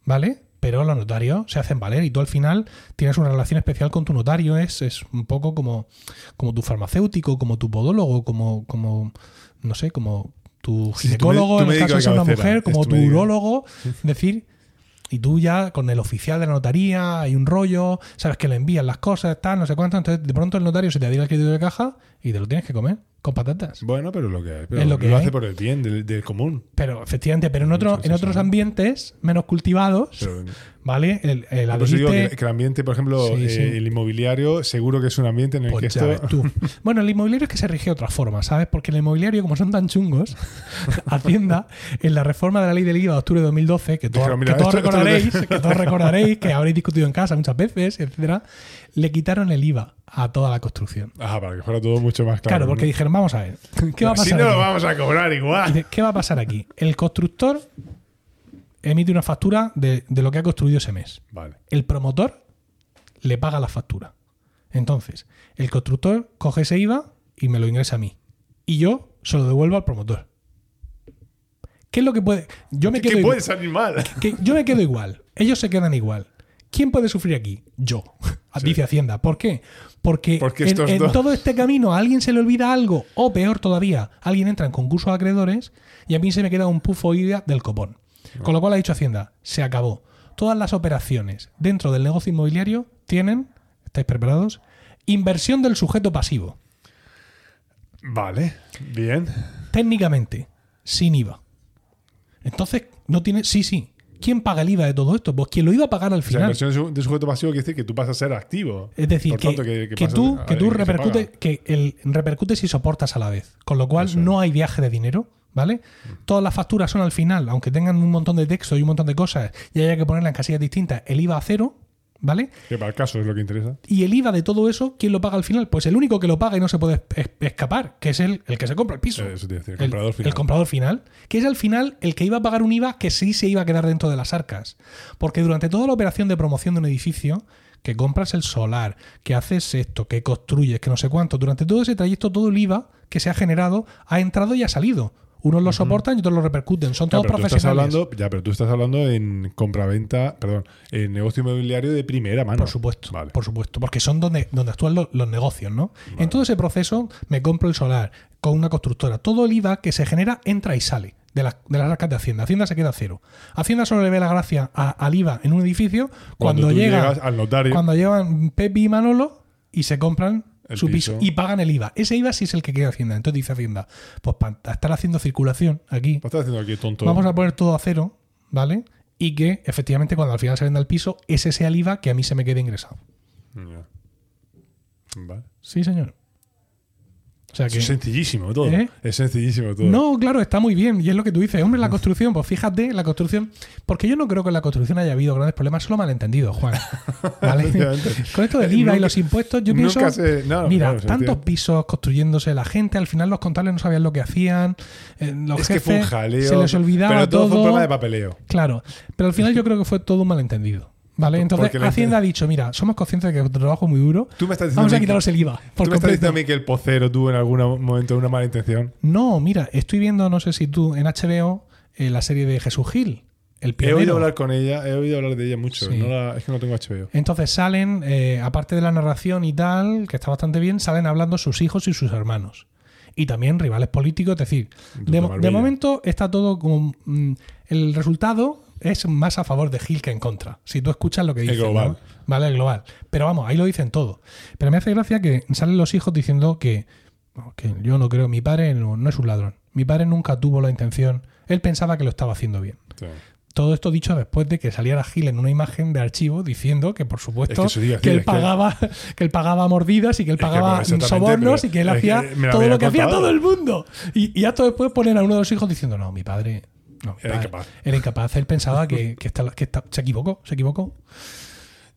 S1: ¿vale? Pero los notarios se hacen valer y tú al final tienes una relación especial con tu notario. Es, es un poco como, como tu farmacéutico, como tu podólogo, como, como no sé, como tu
S2: Sí, sí, tu
S1: ginecólogo,
S2: mé- tu
S1: en el
S2: médico
S1: caso
S2: de
S1: de ser una
S2: cabecera.
S1: mujer,
S2: Es
S1: como
S2: tu
S1: tu
S2: médico.
S1: urólogo. Decir, y tú ya con el oficial de la notaría hay un rollo, sabes que le envían las cosas, tal, no sé cuánto. Entonces de pronto el notario se te adhiere al criterio de caja y te lo tienes que comer con patatas.
S2: Bueno, pero lo que hay. Pero
S1: Es lo
S2: lo
S1: que hay.
S2: hace por el bien del, del común.
S1: Pero efectivamente, pero en, otro,
S2: Sí, sí,
S1: en
S2: sí.
S1: otros ambientes menos cultivados,
S2: Pero,
S1: ¿vale? El, el
S2: por eso digo que,
S1: adherite-
S2: que el ambiente, por ejemplo,
S1: Sí,
S2: eh,
S1: sí.
S2: el inmobiliario, seguro que es un ambiente en el
S1: Pues
S2: que
S1: ya
S2: esto.
S1: ves tú. Bueno, el inmobiliario es que se rige de otra forma, ¿sabes? Porque el inmobiliario, como son tan chungos, Hacienda, en la reforma de la ley del IVA de octubre de 2012, que, todos-
S2: Dijeron, "Mira,
S1: que todos
S2: esto- esto lo
S1: recordaréis, que todos recordaréis, que habréis discutido en casa muchas veces, etcétera, le quitaron el IVA a toda la construcción.
S2: Ah, para que fuera todo mucho más claro.
S1: Claro, porque dijeron, vamos a ver, ¿qué va a pasar?
S2: Si no lo
S1: aquí?".
S2: vamos a cobrar
S1: Y
S2: igual.
S1: dice, ¿Qué va a pasar aquí? El constructor emite una factura de- de lo que ha construido ese mes.
S2: Vale.
S1: el promotor le paga la factura. Entonces, el constructor coge ese IVA y me lo ingresa a mí. Y yo se lo devuelvo al promotor. ¿Qué es lo que puede.? Yo me, quedo
S2: ¿Qué
S1: igu-
S2: puede salir mal?
S1: que yo me quedo igual. Ellos se quedan igual. ¿Quién puede sufrir aquí? Yo. Dice Hacienda. ¿Por qué? Porque,
S2: Porque
S1: en,
S2: estos
S1: en
S2: dos-
S1: todo este camino a alguien se le olvida algo, o peor todavía, alguien entra en concurso de acreedores y a mí se me queda un pufo idea del copón. Con lo cual ha dicho Hacienda, se acabó. Todas las operaciones dentro del negocio inmobiliario tienen, ¿estáis preparados? Inversión del sujeto pasivo.
S2: Vale. Bien.
S1: Técnicamente, sin IVA. Entonces, no tiene. Sí, sí. ¿Quién paga el IVA de todo esto? Pues quien lo iba a pagar al
S2: O sea,
S1: final.
S2: inversión de su- de sujeto pasivo quiere decir que tú vas a ser activo.
S1: Es decir,
S2: Por
S1: que,
S2: tanto, que,
S1: que
S2: que pasas
S1: tú,
S2: a-
S1: que tú
S2: se
S1: repercutes,
S2: paga.
S1: que el, repercutes y soportas a la vez. Con lo cual
S2: Eso es. Mm.
S1: no hay viaje de dinero, ¿vale? Todas las facturas son al final, aunque tengan un montón de texto y un montón de cosas y haya que ponerlas en casillas distintas, el IVA a cero, ¿vale?
S2: Que para el caso es lo que interesa.
S1: Y el IVA de todo eso, ¿quién lo paga al final? Pues el único que lo paga y no se puede es- escapar, que es el, el que se compra el piso.
S2: Eh, Eso tiene que decir, el
S1: El-
S2: comprador final.
S1: El comprador final, que es al final el que iba a pagar un IVA que sí se iba a quedar dentro de las arcas. Porque durante toda la operación de promoción de un edificio, que compras el solar, que haces esto, que construyes, que no sé cuánto, durante todo ese trayecto, todo el IVA que se ha generado ha entrado y ha salido. Unos lo soportan y otros lo repercuten. Son
S2: Ya,
S1: todos
S2: Ah, pero tú estás
S1: profesionales.
S2: hablando, ya, pero tú estás hablando en compraventa, perdón, en negocio inmobiliario de primera mano.
S1: Por supuesto,
S2: Vale.
S1: por supuesto, porque son donde, donde actúan lo- los negocios, ¿no? En todo ese proceso me compro el solar con una constructora. Todo el IVA que se genera entra y sale de, las- de las arcas de Hacienda. Hacienda se queda cero. Hacienda solo le ve la gracia a- al IVA en un edificio cuando,
S2: tú
S1: llega,
S2: llegas al notario.
S1: cuando llevan Pepi y Manolo y se compran
S2: El
S1: su piso.
S2: piso.
S1: y pagan el IVA. Ese IVA sí es el que queda Hacienda. Entonces dice Hacienda, pues para estar haciendo circulación aquí,
S2: ¿Qué estás haciendo aquí, tonto?
S1: Vamos a poner todo a cero, ¿vale? Y que efectivamente cuando al final se venda el piso, ese sea el IVA que a mí se me quede ingresado.
S2: Ya. Vale.
S1: Sí, señor. O sea que.
S2: Es sencillísimo todo.
S1: ¿Eh?
S2: Es sencillísimo todo.
S1: No, claro, está muy bien. Y es lo que tú dices. Hombre,
S2: Mm.
S1: la construcción, pues fíjate, la construcción. Porque yo no creo que en la construcción haya habido grandes problemas, solo malentendidos, Juan. ¿Vale?
S2: Efectivamente.
S1: Con esto del IVA y
S2: Nunca-
S1: los impuestos, yo pienso.
S2: nunca se- no,
S1: mira,
S2: claro, se
S1: tantos
S2: entiende.
S1: pisos construyéndose la gente, al final los contables no sabían lo que hacían. eh, los
S2: Es que fue un
S1: jefes
S2: jaleo.
S1: Se les olvidaba
S2: Pero todo, fue un problema de papeleo.
S1: Claro, pero al final yo creo que fue todo un malentendido. ¿Vale? Entonces,
S2: Porque la
S1: Hacienda ha dicho, mira, somos conscientes de que tu trabajo es muy duro.
S2: Tú me estás diciendo
S1: Vamos
S2: a
S1: a
S2: mí
S1: quitaros el IVA. Por
S2: ¿Tú me estás
S1: completo.
S2: diciendo a mí que el pocero tuvo en algún momento una mala intención?
S1: No, mira, estoy viendo, no sé si tú, en HBO, eh, la serie de Jesús Gil. El
S2: He
S1: pionero.
S2: oído hablar con ella, he oído hablar de ella mucho.
S1: Sí.
S2: no la- es que no tengo HBO.
S1: Entonces salen, eh, aparte de la narración y tal, que está bastante bien, salen hablando sus hijos y sus hermanos. Y también rivales políticos, es decir,
S2: Puta
S1: de,
S2: maravilla.
S1: de momento está todo como... mm, el resultado es más a favor de Gil que en contra, si tú escuchas lo que
S2: El
S1: dicen. ¿no?
S2: global.
S1: Vale, el global. Pero vamos, ahí lo dicen todo. Pero me hace gracia que salen los hijos diciendo que, que yo no creo, mi padre no, no es un ladrón. Mi padre nunca tuvo la intención, él pensaba que lo estaba haciendo bien.
S2: Sí.
S1: Todo esto dicho después de que saliera Gil en una imagen de archivo diciendo que, por
S2: Es
S1: supuesto,
S2: que
S1: que,
S2: eso diga, sí,
S1: él
S2: es que-
S1: pagaba, que... él pagaba mordidas y que él
S2: que, pues,
S1: pagaba
S2: exactamente,
S1: sobornos
S2: pero
S1: y que él
S2: es que
S1: hacía
S2: me lo
S1: todo
S2: había
S1: lo que hacía
S2: contado.
S1: todo el mundo. Y, y hasta después ponen a uno de los hijos diciendo, no, mi padre... No, mi
S2: Era
S1: padre
S2: incapaz.
S1: Era incapaz. Él pensaba que, que esta- que esta- se equivocó, se equivocó.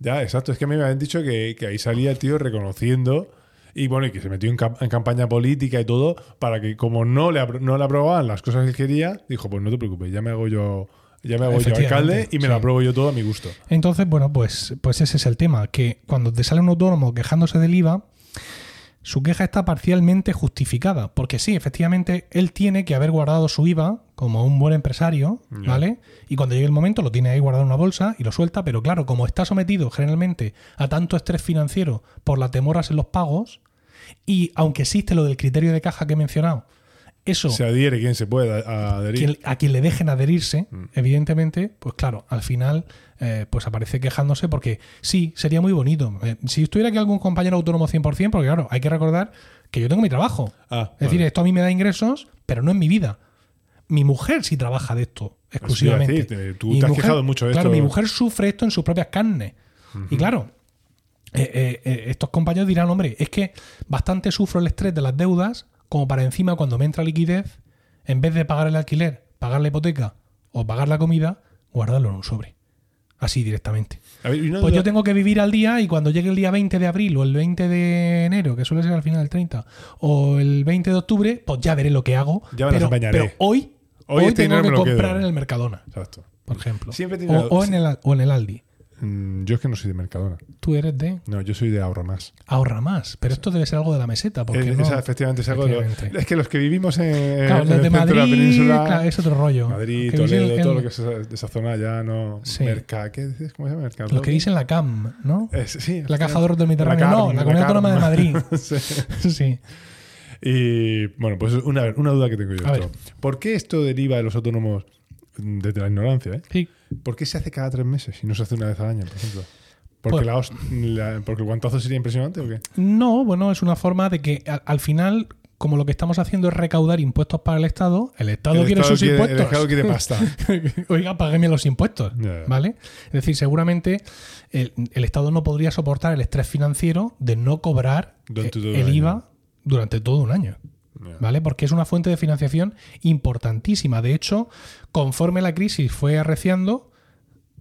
S2: Ya, exacto. Es que a mí me habían dicho que, que ahí salía el tío reconociendo y bueno, y que se metió en, cam- en campaña política y todo para que como no le, apro- no le aprobaban las cosas que él quería, dijo, pues no te preocupes, ya me hago yo, ya me hago yo alcalde
S1: Efectivamente,
S2: y me
S1: sí.
S2: lo apruebo yo todo a mi gusto.
S1: Entonces, bueno, pues, pues ese es el tema, que cuando te sale un autónomo quejándose del IVA, su queja está parcialmente justificada, porque sí, efectivamente, él tiene que haber guardado su IVA como un buen empresario,
S2: Ya.
S1: ¿vale? Y cuando llegue el momento lo tiene ahí guardado en una bolsa y lo suelta, pero claro, como está sometido generalmente a tanto estrés financiero por las demoras en los pagos, y aunque existe lo del criterio de caja que he mencionado, eso
S2: Se adhiere quien se pueda a- a adherir.
S1: quien- a quien le dejen adherirse,
S2: Mm.
S1: evidentemente, pues claro, al final eh, pues aparece quejándose porque sí, sería muy bonito. Eh, si estuviera aquí algún compañero autónomo 100%, porque claro, hay que recordar que yo tengo mi trabajo.
S2: Ah,
S1: Es decir,
S2: vale.
S1: esto a mí me da ingresos, pero no es mi vida. Mi mujer sí trabaja de esto
S2: Eso te iba a
S1: exclusivamente.
S2: decir, te- tú
S1: Mi
S2: te has quejado mucho de
S1: Claro,
S2: esto.
S1: mi mujer sufre esto en sus propias carnes. Y claro, eh, eh, eh, estos compañeros dirán, hombre, es que bastante sufro el estrés de las deudas como para encima cuando me entra liquidez, en vez de pagar el alquiler, pagar la hipoteca o pagar la comida, guardarlo en un sobre. Así directamente.
S2: A ver, y una
S1: Pues yo
S2: duda-
S1: tengo que vivir al día y cuando llegue el día 20 de abril o el 20 de enero, que suele ser al final del 30, o el 20 de octubre, pues ya veré lo que hago.
S2: Ya me las
S1: pero,
S2: apañaré.
S1: pero hoy,
S2: Hoy
S1: hoy,
S2: este
S1: tengo
S2: dinero
S1: que
S2: me lo quedo.
S1: comprar en el Mercadona,
S2: Exacto.
S1: por ejemplo.
S2: Siempre he
S1: o,
S2: tenido-
S1: o en el, o en el Aldi.
S2: Mm, Yo es que no soy de Mercadona.
S1: Tú eres de
S2: No, yo soy de ahorro más.
S1: ahorra más, pero esto debe ser algo de la meseta, porque
S2: Es-
S1: no-
S2: esa, efectivamente, es algo de lo-
S1: Efectivamente.
S2: Es que los que vivimos en,
S1: Claro,
S2: en
S1: los
S2: el
S1: de
S2: centro de la
S1: Madrid,
S2: península.
S1: claro, es otro rollo.
S2: Madrid,
S1: Que dicen
S2: Toledo,
S1: en-
S2: todo lo que es esa, de esa zona ya no.
S1: Sí.
S2: Merca, ¿qué dices? ¿Cómo se llama? Mercado.
S1: lo que dicen la CAM, ¿no?
S2: Es- sí,
S1: la Caja de Ahorros del
S2: Eh, La
S1: Mediterráneo.
S2: Carm,
S1: no, la Comunidad Autónoma de
S2: Carm.
S1: Madrid.
S2: Sí.
S1: sí.
S2: Y bueno, pues una, una duda que tengo yo.
S1: A
S2: esto. ¿Por qué esto deriva de los autónomos mm, desde la ignorancia? ¿eh?
S1: sí.
S2: ¿Por qué se hace cada tres meses y no se hace una vez al año, por ejemplo? ¿Porque,
S1: Pues-
S2: la host- la- porque el guantazo sería impresionante o qué?
S1: No, bueno, es una forma de que al, al final, como lo que estamos haciendo es recaudar impuestos para el Estado, el Estado
S2: El
S1: quiere
S2: Estado
S1: sus
S2: quiere- El
S1: impuestos.
S2: Estado quiere pasta.
S1: Oiga, págueme los impuestos,
S2: Ya, ya.
S1: ¿vale? Es decir, seguramente el, el Estado no podría soportar el estrés financiero de no cobrar
S2: Durante
S1: eh,
S2: todo un
S1: el
S2: año.
S1: IVA durante todo un año.
S2: Ya.
S1: ¿vale? Porque es una fuente de financiación importantísima. De hecho, conforme la crisis fue arreciando,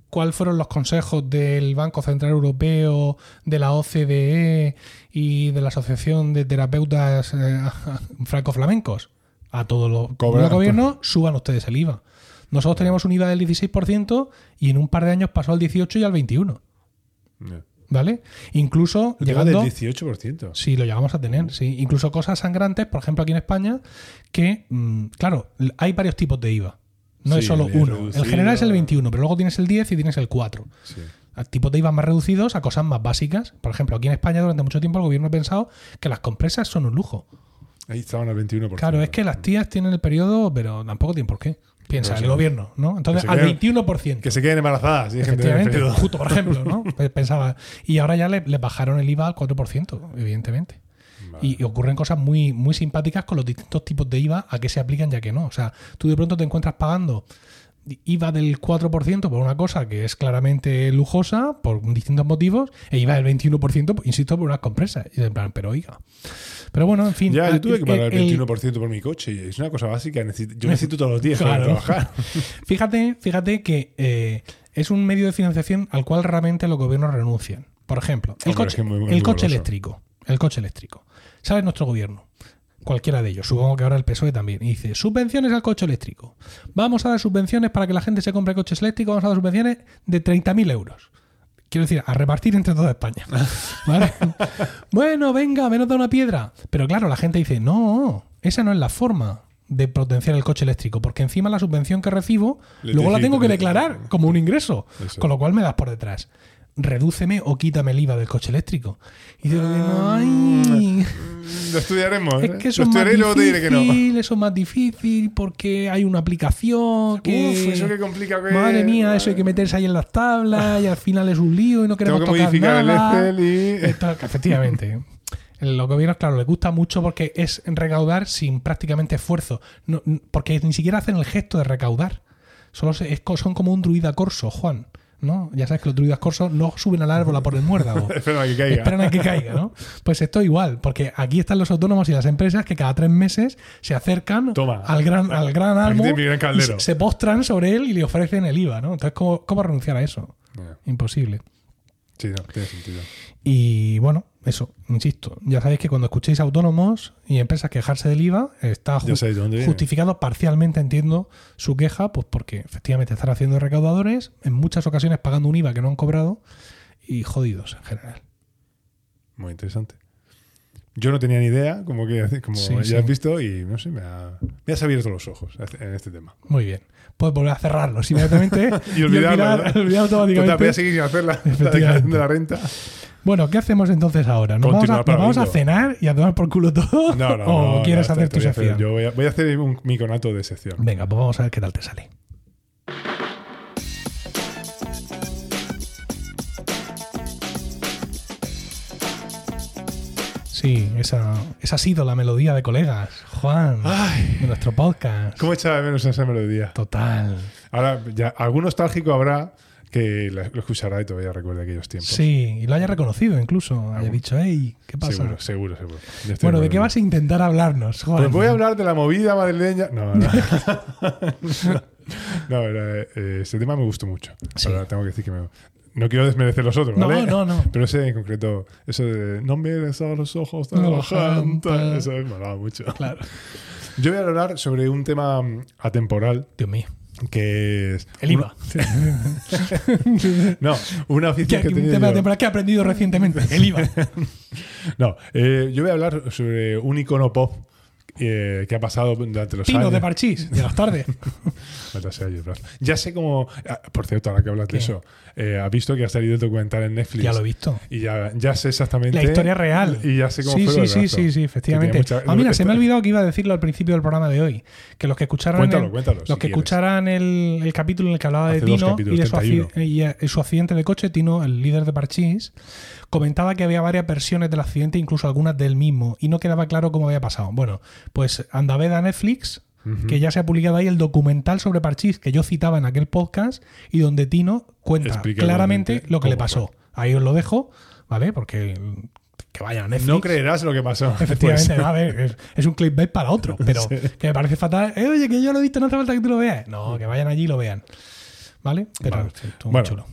S1: ¿cuáles fueron los consejos del Banco Central Europeo, de la OCDE E y de la Asociación de Terapeutas eh, Franco-Flamencos? A todos los
S2: Cobrar.
S1: los gobiernos, suban ustedes el IVA. Nosotros teníamos un IVA del 16% y en un par de años pasó al 18 y al 21,
S2: Ya.
S1: ¿vale? Incluso
S2: Lo tengo
S1: llegando
S2: del 18%.
S1: Sí, lo llegamos a tener, sí. Incluso cosas sangrantes, por ejemplo, aquí en España, que, mm, claro, l- hay varios tipos de IVA. No
S2: Sí,
S1: es solo
S2: el
S1: uno.
S2: reducido.
S1: El general es el 21, pero luego tienes el 10 y tienes el 4.
S2: Sí.
S1: A tipos de IVA más reducidos a cosas más básicas. Por ejemplo, aquí en España durante mucho tiempo el gobierno ha pensado que las compresas son un lujo.
S2: Ahí estaban al 21%.
S1: Claro, es que las tías tienen el periodo, pero tampoco tienen por qué. Piensa,
S2: Pero
S1: el
S2: sí.
S1: gobierno, ¿no? Entonces,
S2: se
S1: al
S2: queden-
S1: 21%.
S2: Que se queden embarazadas. y hay gente en el
S1: Efectivamente,
S2: periodo.
S1: justo por ejemplo, ¿no? Pe- Pensaba. Y ahora ya le, le bajaron el IVA al 4%, evidentemente.
S2: Vale.
S1: Y, y ocurren cosas muy, muy simpáticas con los distintos tipos de IVA, a qué se aplican y a qué no. O sea, tú de pronto te encuentras pagando IVA del 4% por una cosa que es claramente lujosa, por distintos motivos, e IVA del 21%, insisto, por unas compresas. Y en plan, pero oiga. Pero bueno, en fin.
S2: Ya,
S1: ah,
S2: yo tuve que pagar
S1: el-
S2: el 21% por mi coche y es una cosa básica. necesito- yo necesito todos los días para
S1: Claro.
S2: trabajar.
S1: Fíjate, fíjate que eh, es un medio de financiación al cual realmente los gobiernos renuncian. Por ejemplo, el
S2: Hombre, es
S1: coche,
S2: que es muy- muy
S1: el coche
S2: goloso.
S1: eléctrico. El coche eléctrico. Sale nuestro gobierno. Cualquiera de ellos, supongo que ahora el PSOE E también. Y dice, subvenciones al coche eléctrico. Vamos a dar subvenciones para que la gente se compre coches eléctricos, vamos a dar subvenciones de 30.000 euros. Quiero decir, a repartir entre toda España. ¿Vale? bueno, venga, menos da una piedra. Pero claro, la gente dice, no, esa no es la forma. de potenciar el coche eléctrico, porque encima la subvención que recibo,
S2: Le
S1: luego la
S2: dijiste,
S1: tengo que
S2: le-
S1: declarar como un ingreso,
S2: Eso.
S1: con lo cual me das por detrás. Redúceme o quítame el IVA del coche eléctrico. Y yo digo, ay,
S2: Mm, Lo estudiaremos.
S1: es
S2: ¿eh?
S1: que eso
S2: lo
S1: es más
S2: estudiaré y luego te diré que no.
S1: difícil, eso es más difícil porque hay una aplicación que...
S2: Uf, eso que complica. Que...
S1: Madre mía, eso hay que meterse ahí en las tablas y al final es un lío y no
S2: Tengo
S1: queremos
S2: que
S1: tocar
S2: modificar
S1: nada.
S2: el Excel y.
S1: Esto, efectivamente. Los gobiernos, claro, les gusta mucho porque es recaudar sin prácticamente esfuerzo. No- n- porque ni siquiera hacen el gesto de recaudar. Solo se- es co- son como un druida corso, Juan. ¿no? Ya sabes que los druidas corsos no suben al árbol a por el muérdago.
S2: Espera que caiga.
S1: Esperan a que caiga, ¿no? Pues esto igual, porque aquí están los autónomos y las empresas que cada tres meses se acercan
S2: Toma.
S1: al gran al gran
S2: Aquí
S1: árbol
S2: tiene mi gran
S1: y
S2: caldero.
S1: se, se postran sobre él y le ofrecen el IVA, ¿no? Entonces, ¿cómo, cómo renunciar a eso?
S2: Ya.
S1: Imposible.
S2: Sí, no, tiene sentido.
S1: Y bueno, eso, insisto, ya sabéis que cuando escuchéis autónomos y empresas quejarse del IVA, está ju-
S2: Ya sabéis de dónde viene.
S1: justificado parcialmente, entiendo, su queja, pues porque efectivamente están haciendo recaudadores, en muchas ocasiones pagando un IVA que no han cobrado y jodidos en general.
S2: Muy interesante. Yo no tenía ni idea, como que como
S1: Sí,
S2: ya
S1: sí.
S2: has visto, y no sé, me ha, me has abierto los ojos en este tema.
S1: Muy bien. Puedes volver a cerrarlo inmediatamente
S2: Y olvidarlo, ¿no?
S1: olvidar automáticamente.
S2: Total, voy a seguir sin hacer la, la
S1: Efectivamente.
S2: declaración de la renta.
S1: Bueno, ¿qué hacemos entonces ahora? ¿Nos vamos, a,
S2: Continuar para
S1: nos vamos a
S2: bingo.
S1: cenar y a tomar por culo todo?
S2: No, no,
S1: ¿O
S2: no,
S1: quieres
S2: no,
S1: hacer
S2: te
S1: tu
S2: voy a
S1: sección?
S2: Yo voy a, voy a hacer un miconato de sección.
S1: Venga, pues vamos a ver qué tal te sale. Sí, esa, esa ha sido la melodía de colegas, Juan,
S2: Ay,
S1: de nuestro podcast.
S2: Ah. ¿Cómo echaba de menos esa melodía?
S1: Total.
S2: Ahora, ya, algún nostálgico habrá que la- lo escuchará y todavía recuerda aquellos tiempos.
S1: Sí, y lo haya reconocido incluso. Haya
S2: Algún-
S1: dicho, hey, ¿qué pasa?
S2: seguro, seguro, seguro. Ya estoy
S1: bueno, ¿de qué
S2: acuerdo.
S1: vas a intentar hablarnos, Juan?
S2: Pues voy a hablar de la movida madrileña. No, no. no, era, eh, ese tema me gustó mucho.
S1: Sí.
S2: Ahora tengo que decir que me- No quiero desmerecer los otros, ¿vale?
S1: No, no, no.
S2: Pero ese en concreto, eso de no mires a los ojos de
S1: No,
S2: la gente",
S1: gente.
S2: eso me molaba mucho.
S1: Claro.
S2: Yo voy a hablar sobre un tema mm, atemporal
S1: Dios mío.
S2: que es.
S1: El IVA.
S2: No, una
S1: ¿Qué,
S2: afición que
S1: qué-
S2: tenía.
S1: tema de
S2: yo.
S1: temporada que he aprendido recientemente? El IVA.
S2: No, eh, yo voy a hablar sobre un icono pop eh, que ha pasado durante los
S1: Pino
S2: años.
S1: de parchís, de las tardes.
S2: Maldita sea, yo, Brad. Ya sé cómo. ah, Por cierto, ahora que hablas de
S1: ¿Qué?
S2: eso, eh, has visto que ha salido el documental en Netflix.
S1: ya lo he visto.
S2: Y ya, ya sé exactamente.
S1: La historia real.
S2: Y ya sé cómo
S1: sí,
S2: fue. lo
S1: sí,
S2: del
S1: sí,
S2: brazo.
S1: sí, sí, efectivamente.
S2: Que tiene mucha-
S1: ah, mira, se me ha
S2: esta-
S1: olvidado que iba a decirlo al principio del programa de hoy. Que los que escucharan,
S2: Cuéntalo,
S1: el,
S2: cuéntalo,
S1: los
S2: Pues si
S1: que
S2: quieres.
S1: escucharan el, el capítulo en el que hablaba de
S2: Hace dos
S1: Tino y
S2: capítulos,
S1: de su, acci-
S2: 31.
S1: y a- y su accidente de coche, Tino, el líder de Parchís, comentaba que había varias versiones del accidente, incluso algunas del mismo, y no quedaba claro cómo había pasado. Bueno, pues Andaveda Netflix, que ya se ha publicado ahí el documental sobre Parchís que yo citaba en aquel podcast, y donde Tino cuenta
S2: Explica
S1: claramente
S2: realmente
S1: lo que le
S2: cómo fue.
S1: pasó. Ahí os lo dejo, ¿vale? Porque que vayan a Netflix.
S2: No creerás lo que pasó.
S1: Efectivamente,
S2: Pues,
S1: a ver, es, es un clickbait para otro, pero que me parece fatal. Eh, oye, que yo lo he visto, no hace falta que tú lo veas. No, que vayan allí y lo vean. ¿Vale? Pero
S2: Vale.
S1: sí, estuvo muy
S2: Bueno.
S1: chulo.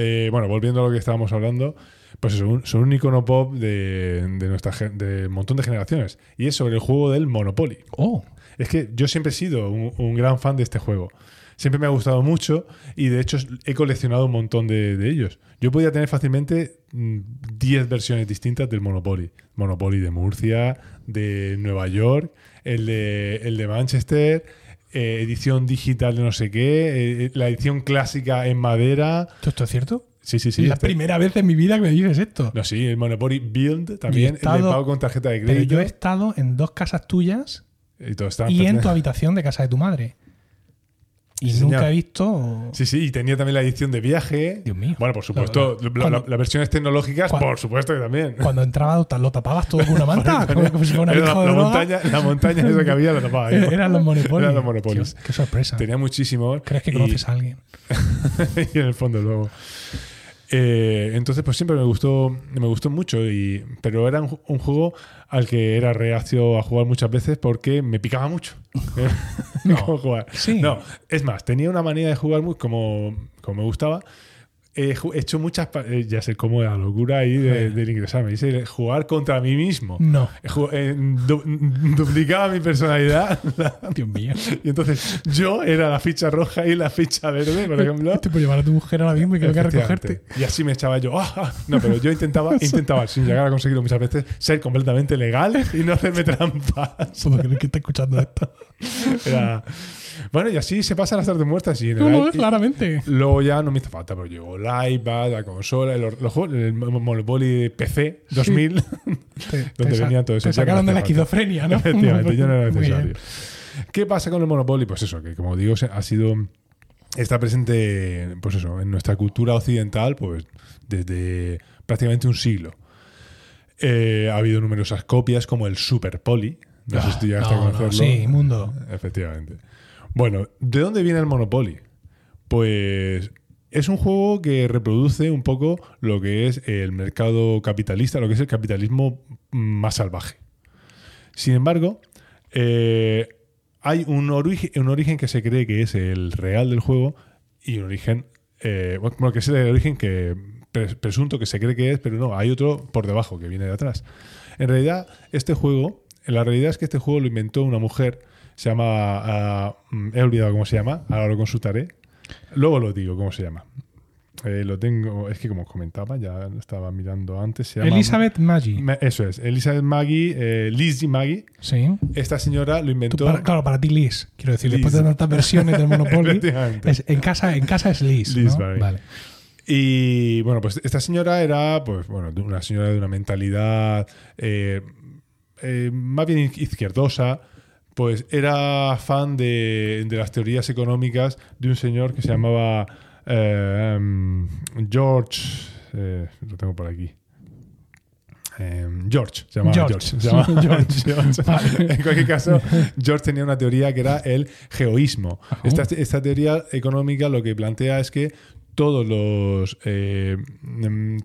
S2: eh, bueno, volviendo a lo que estábamos hablando, pues es un, son un icono pop de, de nuestra gen- de un montón de generaciones. Y es sobre el juego del Monopoly.
S1: Oh,
S2: Es que yo siempre he sido un, un gran fan de este juego. Siempre me ha gustado mucho y de hecho he coleccionado un montón de, de ellos. Yo podía tener fácilmente mm, 10 versiones distintas del Monopoly. Monopoly de Murcia, de Nueva York, el de, el de Manchester, eh, edición digital de no sé qué, eh, la edición clásica en madera.
S1: ¿esto, esto es cierto?
S2: Sí, sí, sí.
S1: la
S2: este-
S1: primera vez en mi vida que me dices esto.
S2: No, sí, el Monopoly Build también, el
S1: estado-
S2: de pago con tarjeta de
S1: pero yo
S2: crédito.
S1: he estado en dos casas tuyas
S2: y todo está
S1: y en tu habitación de casa de tu madre. Y
S2: pues Sí,
S1: nunca
S2: señor.
S1: he visto.
S2: Sí, sí, y tenía también la edición de viaje.
S1: Dios mío.
S2: Bueno, por
S1: Claro,
S2: supuesto, la- la-
S1: cuando-
S2: las versiones tecnológicas,
S1: cuando-
S2: por supuesto que también.
S1: Cuando entraba, lo tapabas todo con una manta, como, como si fuera una
S2: pues- Era la,
S1: lija de
S2: la
S1: droga.
S2: montaña, la montaña esa que había la tapaba. yo.
S1: Eran los monopolios.
S2: Eran los Monopolios.
S1: Qué sorpresa.
S2: Tenía muchísimos.
S1: ¿Crees que
S2: y-
S1: conoces a alguien?
S2: y en el fondo luego. Eh, entonces, pues siempre me gustó, me gustó mucho, y, pero era un, ju- un juego al que era reacio a jugar muchas veces porque me picaba mucho. Me picaba jugar.
S1: Sí.
S2: No, es más, tenía una manía de jugar muy, como, como me gustaba. He ju- he hecho muchas. pa- eh, ya sé cómo la locura ahí de, del ingresarme. Hice jugar contra mí mismo.
S1: No.
S2: Ju- eh, du- duplicaba mi personalidad.
S1: Dios mío.
S2: y entonces yo era la ficha roja y la ficha verde, por ejemplo.
S1: Estoy por Eh, este llevar a tu mujer ahora mismo y creo que a recogerte.
S2: Efectivamente. Y así me echaba yo. "Ah, ah". No, pero yo intentaba, intentaba, sin llegar a conseguirlo muchas veces, ser completamente legal y no hacerme trampas.
S1: Solo creo que está escuchando esto.
S2: Era- Bueno, y así se pasan las tardes muertas. eh, Y en el
S1: No, no,
S2: i-
S1: claramente.
S2: Luego ya no me hizo falta, pero llegó el iPad, la consola, el, or- los juegos- el mo- Monopoly de PC 2000.
S1: Te,
S2: Donde
S1: sa-
S2: venía todo eso,
S1: te
S2: ya
S1: sacaron
S2: no
S1: de la
S2: hace falta.
S1: esquizofrenia, Ah, ¿no?
S2: Efectivamente, ya no era
S1: Muy bien.
S2: necesario. ¿Qué pasa con el Monopoly? Pues eso, que como digo, se- ha sido. Está presente, pues eso, en nuestra cultura occidental, pues desde prácticamente un siglo. Eh, ha habido numerosas copias, como el Super Poly. No sé si tú llegaste a
S1: Ah, No, no,
S2: conocerlo.
S1: sí, mundo.
S2: Efectivamente. Bueno, ¿de dónde viene el Monopoly? Pues es un juego que reproduce un poco lo que es el mercado capitalista, lo que es el capitalismo más salvaje. Sin embargo, eh, hay un, origi- un origen que se cree que es el real del juego y un origen, eh, bueno, que es el origen que pres- presunto que se cree que es, pero no, hay otro por debajo que viene de atrás. En realidad, este juego, la realidad es que este juego lo inventó una mujer, se llama, ah, mm, he olvidado cómo se llama, ahora lo consultaré, luego lo digo cómo se llama. Eh, lo tengo, es que como os comentaba, ya lo estaba mirando antes, se llama...
S1: Elizabeth Maggi.
S2: Ma- Eso es, Elizabeth Maggie, eh, Lizzie Maggie.
S1: Sí.
S2: Esta señora lo
S1: Tú,
S2: inventó.
S1: para- claro, para ti Liz. Quiero decir, después de
S2: Liz.
S1: tantas versiones del Monopoly,
S2: Efectivamente.
S1: es- en, casa, en casa es Liz.
S2: Liz,
S1: ¿no?
S2: vale. Y bueno, pues esta señora era, pues bueno, de una señora de una mentalidad eh, eh, más bien izquierdosa. Pues era fan de, de las teorías económicas de un señor que se llamaba eh, em, George. eh, lo tengo por aquí. Em, George, se llamaba
S1: George.
S2: George. se llamaba George, George. En cualquier caso, George tenía una teoría que era el geoísmo. Esta, esta teoría económica lo que plantea es que todos los eh, mm,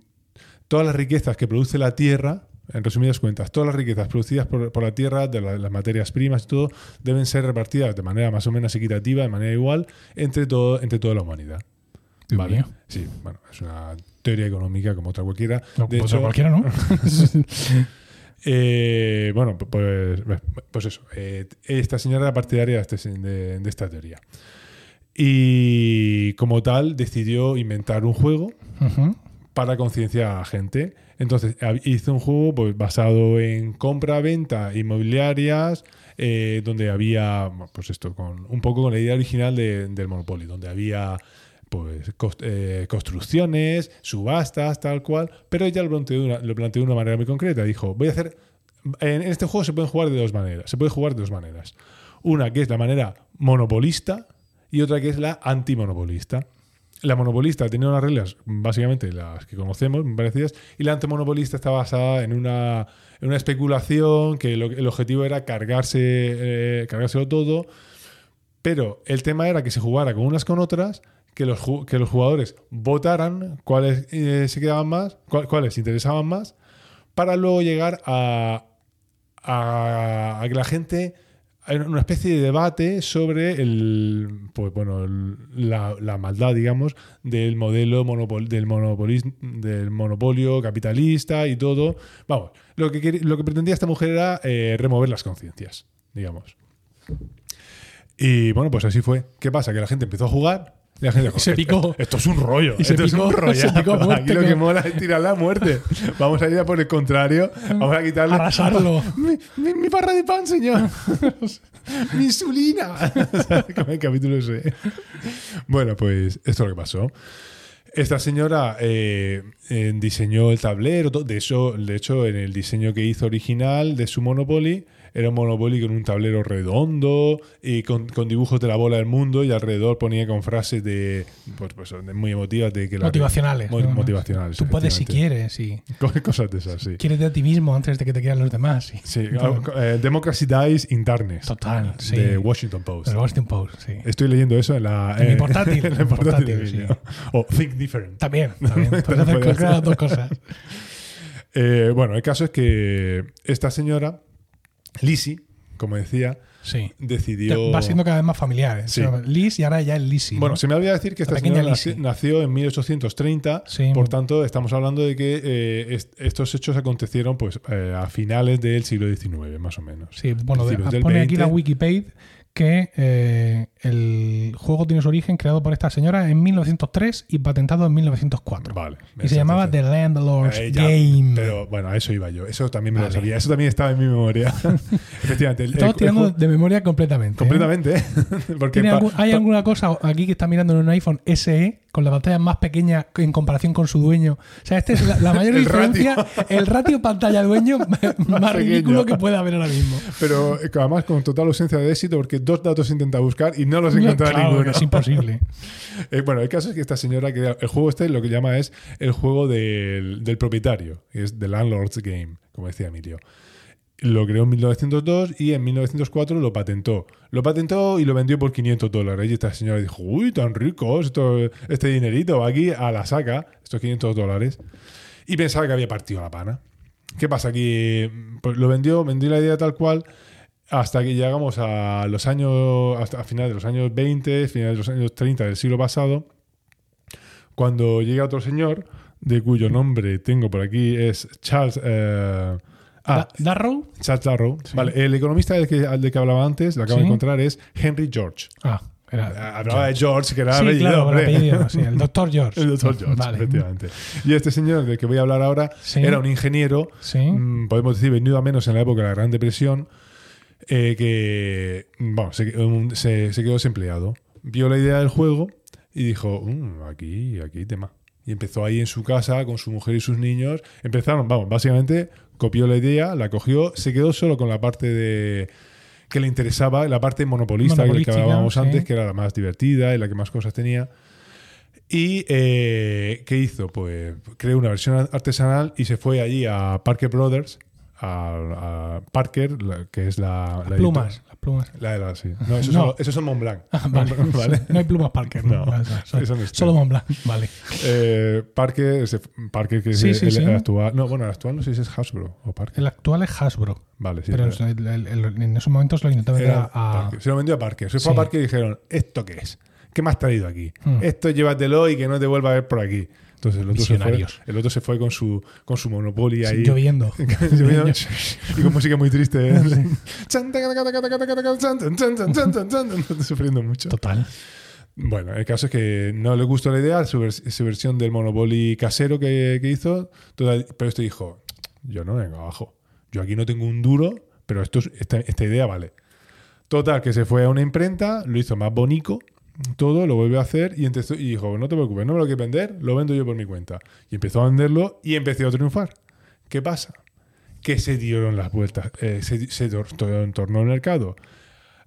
S2: todas las riquezas que produce la tierra, en resumidas cuentas, todas las riquezas producidas por, por la tierra, de la- las materias primas y todo, deben ser repartidas de manera más o menos equitativa, de manera igual, entre todo, entre toda la humanidad.
S1: Dios
S2: Vale.
S1: mío.
S2: Sí, bueno, es una teoría económica como otra cualquiera.
S1: No,
S2: de
S1: pues
S2: hecho,
S1: cualquiera, ¿no?
S2: eh, bueno, p- pues, pues eso. eh, esta señora era partidaria de, este se- de- de esta teoría. Y como tal, decidió inventar un juego
S1: Ujú.
S2: para concienciar a la gente. Entonces a- hizo un juego pues, basado en compra, venta, inmobiliarias, eh, donde había, bueno, pues esto, con, un poco con la idea original de- del Monopoly, donde había pues cos- eh, construcciones, subastas, tal cual, pero ella lo planteó, de una, lo planteó de una manera muy concreta. Dijo, voy a hacer, en este juego se pueden jugar de dos maneras, se puede jugar de dos maneras. Una que es la manera monopolista y otra que es la antimonopolista. La monopolista tenía unas reglas, básicamente las que conocemos, muy parecidas, y la antimonopolista está basada en una, en una especulación que lo- el objetivo era cargarse, eh, cargárselo todo, pero el tema era que se jugara con unas con otras, que los, ju- que los jugadores votaran cuáles eh, se quedaban más, cua- cuáles interesaban más, para luego llegar a, a, a que la gente hay una especie de debate sobre el pues bueno el- la, la maldad digamos del modelo monopol- del monopolis- del monopolio capitalista y todo vamos lo que quer- lo que pretendía esta mujer era eh, remover las conciencias digamos y bueno pues así fue qué pasa que la gente empezó a jugar y la gente dijo,
S1: Se picó.
S2: esto es un rollo
S1: Y se
S2: esto
S1: picó,
S2: es un rollo
S1: se picó a
S2: aquí
S1: muerte
S2: lo que
S1: con-
S2: mola es tirar la muerte vamos a ir a por el contrario vamos a quitarle
S1: Arrasarlo.
S2: mi, mi- mi barra de pan, señor. mi insulina. ¿Sabes? Como el capítulo ese. Bueno, pues esto es lo que pasó. Esta señora eh, eh, diseñó el tablero. to- De, eso, de hecho, en el diseño que hizo original de su Monopoly, era un Monopoly con un tablero redondo y con, con dibujos de la bola del mundo y alrededor ponía con frases de, pues, pues, de- muy emotivas de que la-
S1: Motivacionales.
S2: mo-
S1: ¿no?
S2: motivacionales.
S1: Tú puedes si
S2: efectivamente.
S1: quieres, y
S2: Cosas de esas, sí.
S1: quieres de a ti mismo antes de que te quieran los demás. sí.
S2: Sí, eh, Democracy Dies in Darkness.
S1: Total, sí.
S2: De Washington Post.
S1: Del Washington Post, sí.
S2: Estoy leyendo eso en la.
S1: En mi
S2: eh,
S1: portátil, en
S2: en el
S1: mi
S2: portátil.
S1: portátil,
S2: de
S1: sí.
S2: vídeo. O Think Different.
S1: También, también. Puedes
S2: También
S1: hacer
S2: podía
S1: cualquiera de las
S2: ser.
S1: dos cosas.
S2: Eh, bueno, el caso es que esta señora, Lizzie, como decía,
S1: Sí. Ya
S2: decidió...
S1: Va siendo cada vez más familiar. ¿eh?
S2: Sí.
S1: O sea, Liz y ahora ya el Lizzie. ¿no?
S2: Bueno, se me olvida decir que
S1: La
S2: esta
S1: pequeña
S2: señora
S1: Lizzie.
S2: naci- nació en 1830,
S1: Sí, muy-
S2: por tanto estamos hablando de que eh, est- estos hechos acontecieron pues eh, a finales del siglo XIX, más o menos.
S1: Sí, bueno, de-
S2: principios del
S1: pone aquí la
S2: 20.
S1: Wikipedia que eh, el juego tiene su origen creado por esta señora en 1903 y patentado en 1904.
S2: Vale.
S1: y se llamaba The Landlord's
S2: Eh, ya,
S1: Game.
S2: Pero bueno, a eso iba yo. Eso también me
S1: Vale.
S2: lo sabía. Eso también estaba en mi memoria. Efectivamente. el- el-
S1: Estamos
S2: el
S1: tirando
S2: juego-
S1: de memoria completamente. ¿eh?
S2: completamente. ¿eh? Porque
S1: ¿Tiene
S2: pa-
S1: algún- ¿Hay
S2: pa-
S1: alguna cosa aquí que está mirando en un iPhone SE con la pantalla más pequeña en comparación con su dueño? O sea, esta es la, la mayor
S2: El
S1: diferencia, el ratio pantalla-dueño más
S2: Pequeño.
S1: ridículo que pueda haber ahora mismo.
S2: pero eh, además con total ausencia de éxito porque dos datos he intentado buscar y no los he encontrado
S1: Claro,
S2: ninguno.
S1: Es imposible.
S2: Eh, bueno, el caso es que esta señora, que el juego este lo que llama es el juego del, del propietario, que es The Landlord's Game, como decía Emilio. Lo creó en 1902 y en 1904 lo patentó. Lo patentó y lo vendió por 500 dólares. Y esta señora dijo, uy, tan rico esto- este dinerito, va aquí a la saca, estos 500 dólares. Y pensaba que había partido la pana. ¿Qué pasa? Que pues, lo vendió, vendió la idea tal cual hasta que llegamos a los años, hasta a finales de los años 20, finales de los años 30 del siglo pasado, cuando llega otro señor, de cuyo nombre tengo por aquí, es Charles... eh, ah,
S1: Da- Darrow.
S2: Charles Darrow. Vale, el economista del que, al de que hablaba antes, lo acabo
S1: Sí.
S2: de encontrar, es Henry George.
S1: Ah, era.
S2: Hablaba de George, que era
S1: Sí,
S2: apellido,
S1: claro, por
S2: hombre.
S1: apellido, sí, el doctor George.
S2: El doctor George,
S1: Vale.
S2: efectivamente. Y este señor del que voy a hablar ahora
S1: Sí.
S2: era un ingeniero,
S1: Sí.
S2: mm, podemos decir, venido a menos en la época de la Gran Depresión, eh, que bueno, se, un- se- se quedó desempleado. Vio la idea del juego y dijo, "Mm, aquí, aquí hay tema. Y empezó ahí en su casa con su mujer y sus niños. Empezaron, vamos, básicamente copió la idea, la cogió, se quedó solo con la parte de que le interesaba, la parte monopolista, que,
S1: Monopolística,
S2: hablábamos
S1: sí.
S2: antes, que era la más divertida y la que más cosas tenía. ¿Y eh, qué hizo? Pues creó una versión artesanal y se fue allí a Parker Brothers, a, a Parker, la- que es la... la
S1: Plumas, las plumas.
S2: editor- La de la, sí. No, esos,
S1: No.
S2: Son, esos son Mont Blanc.
S1: Ah, vale.
S2: ¿Vale?
S1: No hay plumas Parker. No,
S2: No,
S1: Solo,
S2: eso no está.
S1: solo Mont Blanc. Vale.
S2: Eh, Parker, ese- Parker que es
S1: Sí, sí,
S2: el,
S1: sí.
S2: el actual... No, bueno, el actual no sé si es Hasbro o Parker.
S1: El actual es Hasbro.
S2: Vale, sí.
S1: pero
S2: era-
S1: el- el- el- en esos momentos lo intentaba
S2: era
S1: vender a.
S2: Parker. Se lo vendió a Parker. Se
S1: Sí.
S2: fue a Parker y dijeron, ¿esto qué es? ¿Qué me has traído aquí?
S1: Hmm.
S2: Esto llévatelo y que no te vuelva a ver por aquí. Entonces el otro, se fue,
S1: Visionarios.
S2: el otro se fue con su, con su
S1: sí,
S2: Monopoly ahí.
S1: lloviendo.
S2: Lloviendo. y con música muy triste. ¿eh? Chan, taca, taca, taca, taca, taca, chan, chan, chan, chan, chan, chan, chan. Estoy Sufriendo mucho.
S1: Total.
S2: Bueno, el caso es que no le gustó la idea, su, vers- su versión del Monopoly casero que, que hizo. total- pero este dijo: Yo no vengo abajo. Yo aquí no tengo un duro, pero esto, es- esta, esta idea vale. Total, que se fue a una imprenta, lo hizo más bonito, todo, lo volvió a hacer y, empezó- y dijo: No te preocupes, no me lo quieres vender, lo vendo yo por mi cuenta. Y empezó a venderlo y empezó a triunfar. ¿Qué pasa? Que se dieron las vueltas, eh, se, di- se tor- tor- tornó el mercado.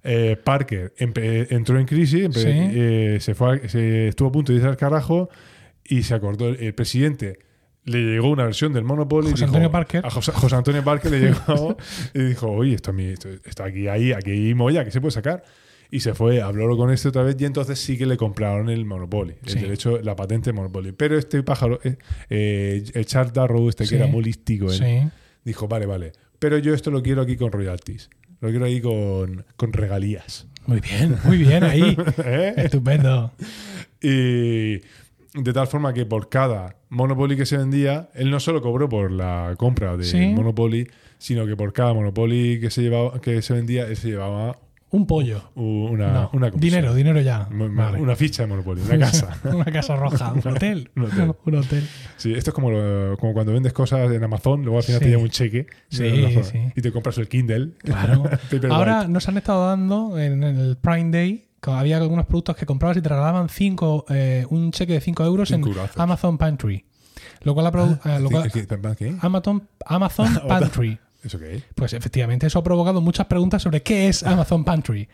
S2: Eh, Parker empe- entró en crisis, empe-
S1: Sí.
S2: eh, se fue a- se estuvo a punto de irse al carajo y se acordó el, el presidente. Le llegó una versión del Monopoly. y
S1: José
S2: dijo-
S1: Antonio Parker.
S2: A José, José Antonio Parker le llegó y dijo: Oye, esto, a mí- esto- esto aquí, ahí, aquí hay molla, que se puede sacar. Y se fue, habló con este otra vez y entonces sí que le compraron el Monopoly, el
S1: Sí.
S2: derecho, la patente de Monopoly. Pero este pájaro, eh, eh, el Charles Darrow, este
S1: Sí.
S2: que era muy lístico, él,
S1: Sí.
S2: dijo: Vale, vale, pero yo esto lo quiero aquí con royalties, lo quiero aquí con, con regalías.
S1: Muy bien, muy bien ahí.
S2: ¿Eh?
S1: Estupendo.
S2: Y de tal forma que por cada Monopoly que se vendía, él no solo cobró por la compra de
S1: Sí.
S2: Monopoly, sino que por cada Monopoly que se, llevaba, que se vendía, él se llevaba
S1: Un pollo.
S2: u- una,
S1: No,
S2: Ah, una comisión.
S1: dinero, dinero ya.
S2: Mu- mu-
S1: Vale.
S2: Una ficha de Monopoly, una casa.
S1: Una casa roja. Un hotel.
S2: Un hotel.
S1: Un hotel.
S2: Sí, esto es como, lo- como cuando vendes cosas en Amazon, luego al final
S1: Sí.
S2: te llega un cheque
S1: Sí,
S2: de Amazon
S1: sí.
S2: y te compras el Kindle.
S1: Claro.
S2: Paperwhite.
S1: Ahora nos han estado dando en el Prime Day, que había algunos productos que comprabas y te regalaban cinco, eh, un cheque de 5 euros en
S2: Cinco brazos.
S1: Amazon Pantry. Lo cual, ha produ- eh, lo cual-
S2: Sí, sí, perdón, ¿qué?
S1: Amazon, Amazon
S2: Otra.
S1: Pantry.
S2: ¿Eso qué es?
S1: Pues efectivamente, eso ha provocado muchas preguntas sobre qué es Amazon Pantry.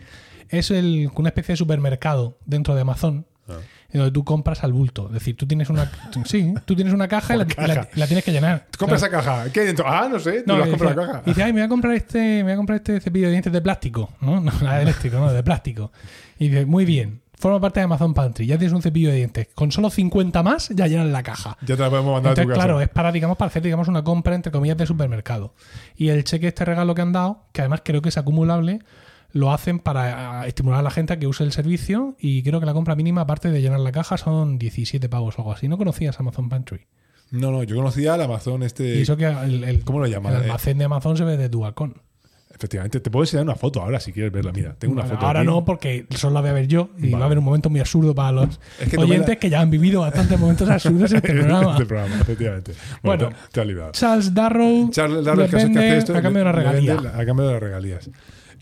S1: Es el, una especie de supermercado dentro de Amazon.
S2: Ah.
S1: en donde tú compras al bulto. Es decir, tú tienes una, tú- sí, tú tienes una caja y la,
S2: Por
S1: la-
S2: caja.
S1: la tienes que llenar.
S2: Compra esa caja. ¿Qué hay dentro? Ah, no sé. Tú
S1: No,
S2: lo has
S1: y
S2: comprado
S1: decía-
S2: la caja.
S1: y dice, ay, me voy a comprar este, me voy a comprar este cepillo de dientes de plástico, ¿no? No, nada de eléctrico, no, de plástico. Y dice, muy bien, forma parte de Amazon Pantry, ya tienes un cepillo de dientes. Con solo 50 más ya llenas la caja.
S2: Ya te la podemos mandar
S1: Entonces,
S2: a tu casa.
S1: claro, eh. es para, digamos, para hacer, digamos, una compra entre comillas de supermercado. Y el cheque, este regalo que han dado, que además creo que es acumulable, lo hacen para eh, estimular a la gente a que use el servicio y creo que la compra mínima, aparte de llenar la caja, son 17 pavos o algo así. No conocías Amazon Pantry.
S2: No, no, yo conocía al Amazon este.
S1: y eso que el, el-
S2: ¿Cómo lo llaman? Eh,
S1: el almacén de Amazon se ve desde tu balcón.
S2: Efectivamente, te puedo enseñar una foto ahora si quieres verla. Mira, tengo una
S1: Vale,
S2: foto.
S1: Ahora
S2: aquí.
S1: no, porque solo la voy a ver yo y
S2: Vale.
S1: va a haber un momento muy absurdo para los
S2: Es que tomé
S1: oyentes
S2: la-
S1: que ya han vivido bastantes momentos absurdos en este programa.
S2: Este programa, efectivamente. Bueno,
S1: Bueno.
S2: te, te ha librado.
S1: Charles Darrow,
S2: Charles Darwin, el caso es que
S1: depende
S2: hace esto.
S1: a cambio de una
S2: le- le
S1: regalía.
S2: vende la- A cambio de las regalías.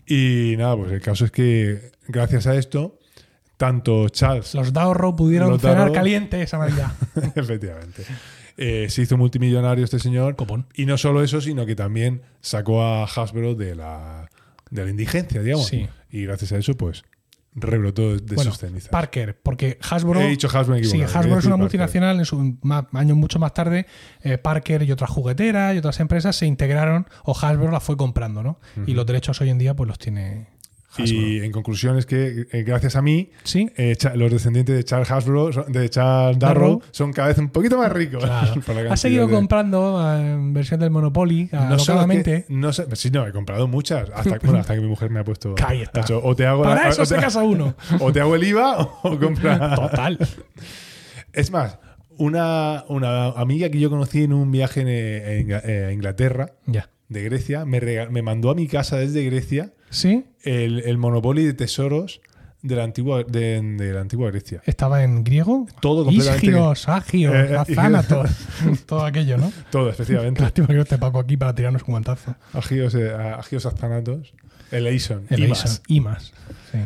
S2: Y nada, pues el caso es que gracias a esto, tanto Charles,
S1: Los Darrow pudieron
S2: Los
S1: cenar
S2: Darrow.
S1: caliente esa Navidad.
S2: efectivamente, eh, se hizo multimillonario este señor.
S1: Copón.
S2: Y no solo eso, sino que también sacó a Hasbro de la, de la indigencia, digamos.
S1: Sí.
S2: Y gracias a eso, pues, rebrotó de
S1: bueno,
S2: sus cenizas.
S1: Parker, porque Hasbro.
S2: He dicho Hasbro, me he
S1: Sí,
S2: equivocado. Quería
S1: Hasbro es
S2: decir
S1: una
S2: Parker.
S1: multinacional, en su- ma- años mucho más tarde, eh, Parker y otras jugueteras y otras empresas se integraron o Hasbro las fue comprando, ¿no? Y los derechos hoy en día pues los tiene Hasbro.
S2: Y en conclusión es que eh, gracias a mí,
S1: Sí.
S2: eh, Cha- los descendientes de Charles Hasbro, son- de Charles Darrow,
S1: Darrow.
S2: son cada vez un poquito más ricos.
S1: Claro.
S2: Por la
S1: Ha
S2: cantidad
S1: seguido
S2: de-
S1: comprando eh, versión del Monopoly
S2: No solo
S1: alocadamente.
S2: que- no sé- sí, no, he comprado muchas. Hasta, bueno, hasta que mi mujer me ha puesto.
S1: Ahí está.
S2: ha dicho, o te hago la-
S1: Para eso
S2: o
S1: se
S2: te-
S1: casa uno.
S2: o te hago el IVA o compra.
S1: Total.
S2: Es más, una, una amiga que yo conocí en un viaje en, eh, en Ga- eh, a Inglaterra,
S1: Ya.
S2: de Grecia, me, rega- me mandó a mi casa desde Grecia
S1: Sí,
S2: el, el Monopoly de tesoros de la antigua, de, de la antigua Grecia.
S1: estaba en griego.
S2: Todo completamente-
S1: Isgios, agios,
S2: Eh, eh,
S1: azánatos, todo aquello, ¿no?
S2: Todo, efectivamente.
S1: Lástima que no esté Paco aquí para tirarnos un guantazo.
S2: Agios, eh, agios astanatos, el Aison,
S1: El
S2: y
S1: Aison,
S2: más.
S1: y más. Sí.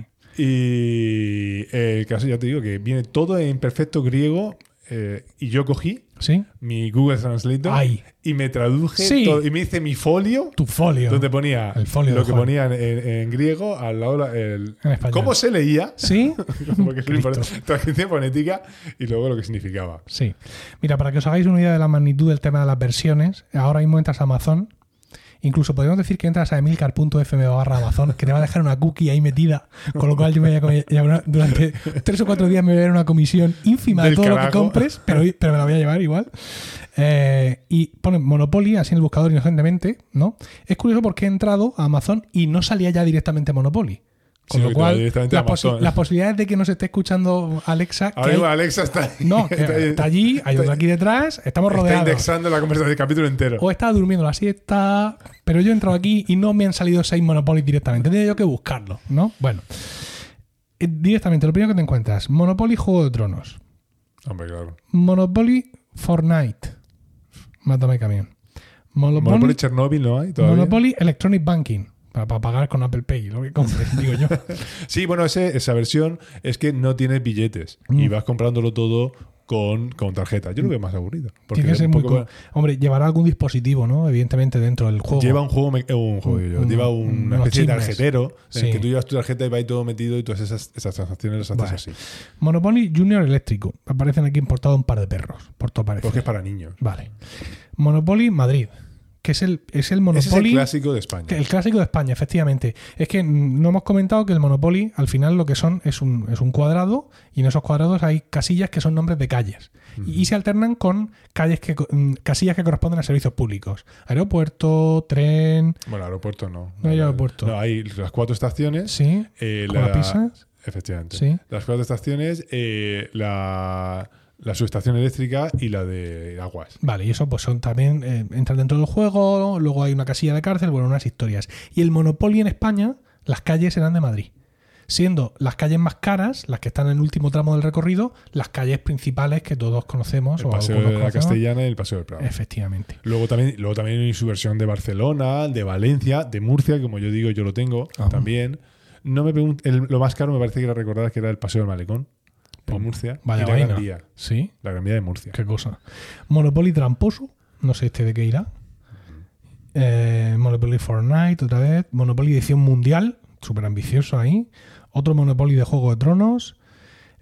S2: Y el caso, ya te digo, que viene todo en perfecto griego eh, y yo cogí
S1: ¿Sí?
S2: mi Google Translator
S1: Ay.
S2: y me traduje
S1: Sí.
S2: todo, y me hice mi folio
S1: Tu folio.
S2: donde ponía
S1: El folio
S2: lo
S1: de
S2: que
S1: Juan.
S2: ponía en, en- en griego al lado la- el,
S1: En español.
S2: cómo se leía
S1: ¿Sí?
S2: porque es lo
S1: Cristo.
S2: importante, transcripción fonética y luego lo que significaba
S1: Sí. Mira, para que os hagáis una idea de la magnitud del tema de las versiones, ahora mismo entras a Amazon. Incluso podríamos decir que entras a emilcar.fm barra Amazon, que te va a dejar una cookie ahí metida, con lo cual yo me voy a comer- llevar una- durante tres o cuatro días me voy a llevar una comisión ínfima de
S2: Del
S1: todo lo que
S2: carajo.
S1: compres, pero, pero me la voy a llevar igual. Eh, y ponen Monopoly así en el buscador inocentemente, ¿no? Es curioso porque he entrado a Amazon y no salía ya directamente Monopoly. Con
S2: Sí,
S1: lo
S2: que te va
S1: cual,
S2: directamente a
S1: las posi-
S2: Amazon.
S1: las posibilidades de que nos esté escuchando Alexa, que
S2: ahora
S1: hay
S2: mismo Alexa está ahí,
S1: no, que está allí, hay otro aquí detrás, estamos
S2: está
S1: rodeados.
S2: indexando la conversación del capítulo entero
S1: O está durmiendo la siesta, pero yo he entrado aquí y no me han salido seis Monopoly directamente. Tenía yo que buscarlo, ¿no? Bueno. Eh, Directamente, lo primero que te encuentras, Monopoly Juego de Tronos,
S2: hombre claro
S1: Monopoly Fortnite, Mátame Camión, Monopoly,
S2: Monopoly
S1: Monopoly,
S2: Chernobyl no hay todavía
S1: Electronic Banking, para, para pagar con Apple Pay, lo que compres, digo yo.
S2: Sí, bueno, ese- esa versión es que no tiene billetes
S1: Mm.
S2: y vas comprándolo todo con, con tarjeta. Yo lo veo más aburrido. porque
S1: Tiene que
S2: es
S1: ser
S2: un
S1: muy
S2: poco-
S1: co- Hombre, llevará algún dispositivo, ¿no? Evidentemente dentro del juego.
S2: Lleva un juego, me- eh, un juego, yo,
S1: Un-
S2: lleva un- una
S1: unos
S2: especie de
S1: chismes.
S2: tarjetero en
S1: Sí.
S2: el que tú llevas tu tarjeta y va ahí todo metido y todas esas, esas transacciones las haces
S1: Vale.
S2: así.
S1: Monopoly Junior Eléctrico. Aparecen aquí importados un par de perros, por todo parece.
S2: Porque es para niños.
S1: Vale. Monopoly Madrid, que es el, es el
S2: Ese es el
S1: Monopoly.
S2: clásico de España.
S1: que- el clásico de España, efectivamente. Es que mm, no hemos comentado que el Monopoly, al final, lo que son es un, es un cuadrado, y en esos cuadrados hay casillas que son nombres de calles. y, y se alternan con calles que co- mm, casillas que corresponden a servicios públicos. Aeropuerto, tren.
S2: Bueno, aeropuerto no.
S1: No hay aeropuerto.
S2: No, hay las cuatro estaciones.
S1: Sí.
S2: eh,
S1: ¿Con la pizza?
S2: Efectivamente.
S1: Sí.
S2: Las cuatro estaciones, eh, la, la subestación eléctrica y la de aguas.
S1: Vale, y eso pues son también, eh, entran dentro del juego, luego hay una casilla de cárcel, bueno, unas historias. Y el Monopoly en España, las calles eran de Madrid. Siendo las calles más caras, las que están en el último tramo del recorrido, las calles principales que todos conocemos.
S2: El
S1: o
S2: paseo
S1: algunos
S2: de la
S1: conocemos.
S2: Castellana y el paseo del Prado.
S1: Efectivamente.
S2: Luego también, luego también hay su versión de Barcelona, de Valencia, de Murcia, que como yo digo, yo lo tengo
S1: Ah.
S2: también. No me pregun- el- lo más caro me parece que era recordar que era el Paseo del Malecón en Murcia
S1: Vaya
S2: y la
S1: vaina.
S2: Gran Vía,
S1: Sí,
S2: la Gran Vía de Murcia.
S1: qué cosa. Monopoly tramposo, no sé este de qué irá. Eh, Monopoly Fortnite, otra vez. Monopoly edición mundial, súper ambicioso ahí. Otro Monopoly de Juego de Tronos.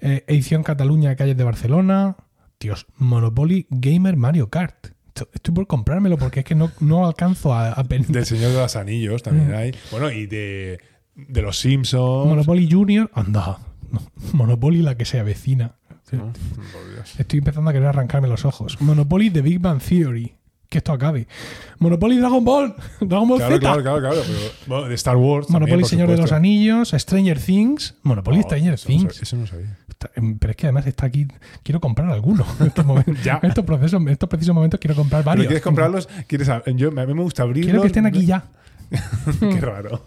S1: Eh, edición Cataluña, calles de Barcelona. Dios, Monopoly Gamer Mario Kart. Esto- Estoy por comprármelo porque es que no, no alcanzo a, a pen-
S2: Del Señor de los Anillos también
S1: Mm.
S2: hay. Bueno, y de, de los Simpsons.
S1: Monopoly Junior, anda. no, Monopoly la que se avecina.
S2: ¿no? Ah, Por Dios.
S1: Estoy empezando a querer arrancarme los ojos. Monopoly The Big Bang Theory. que esto acabe. Monopoly Dragon Ball, Dragon Ball
S2: Claro,
S1: Z.
S2: claro, claro, claro. Pero, bueno, de Star Wars. también,
S1: Monopoly
S2: por
S1: Señor de los
S2: supuesto.
S1: Anillos, Stranger Things, Monopoly
S2: No,
S1: Stranger
S2: eso no
S1: Things.
S2: sabía- Eso no sabía.
S1: Está- em, Pero es que además está aquí. Quiero comprar alguno. En estos, momentos,
S2: Ya.
S1: en estos, procesos, en estos precisos momentos quiero comprar
S2: ¿Pero
S1: varios.
S2: quieres comprarlos? ¿Quieres a, yo, a mí me gusta abrirlos.
S1: Quiero que estén aquí ya.
S2: Qué raro.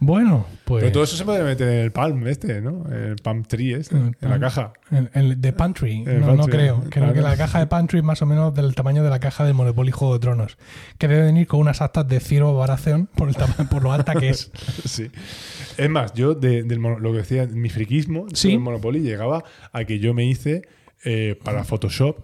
S1: Bueno, pues.
S2: Pero todo eso se puede meter en el Palm este, ¿no? El Palm Tree este,
S1: El
S2: en la
S1: Palm.
S2: caja.
S1: El, el de Pantry,
S2: El
S1: no, no
S2: Eh, Pantry,
S1: creo. Creo
S2: claro.
S1: que la caja de Pantry es más o menos del tamaño de la caja del Monopoly Juego de Tronos, que debe venir con unas actas de cero varación por, el tama- por lo alta que es.
S2: Sí. Es más, yo de, del mono- lo que decía, mi friquismo
S1: Sí.
S2: del Monopoly llegaba a que yo me hice eh, para Photoshop,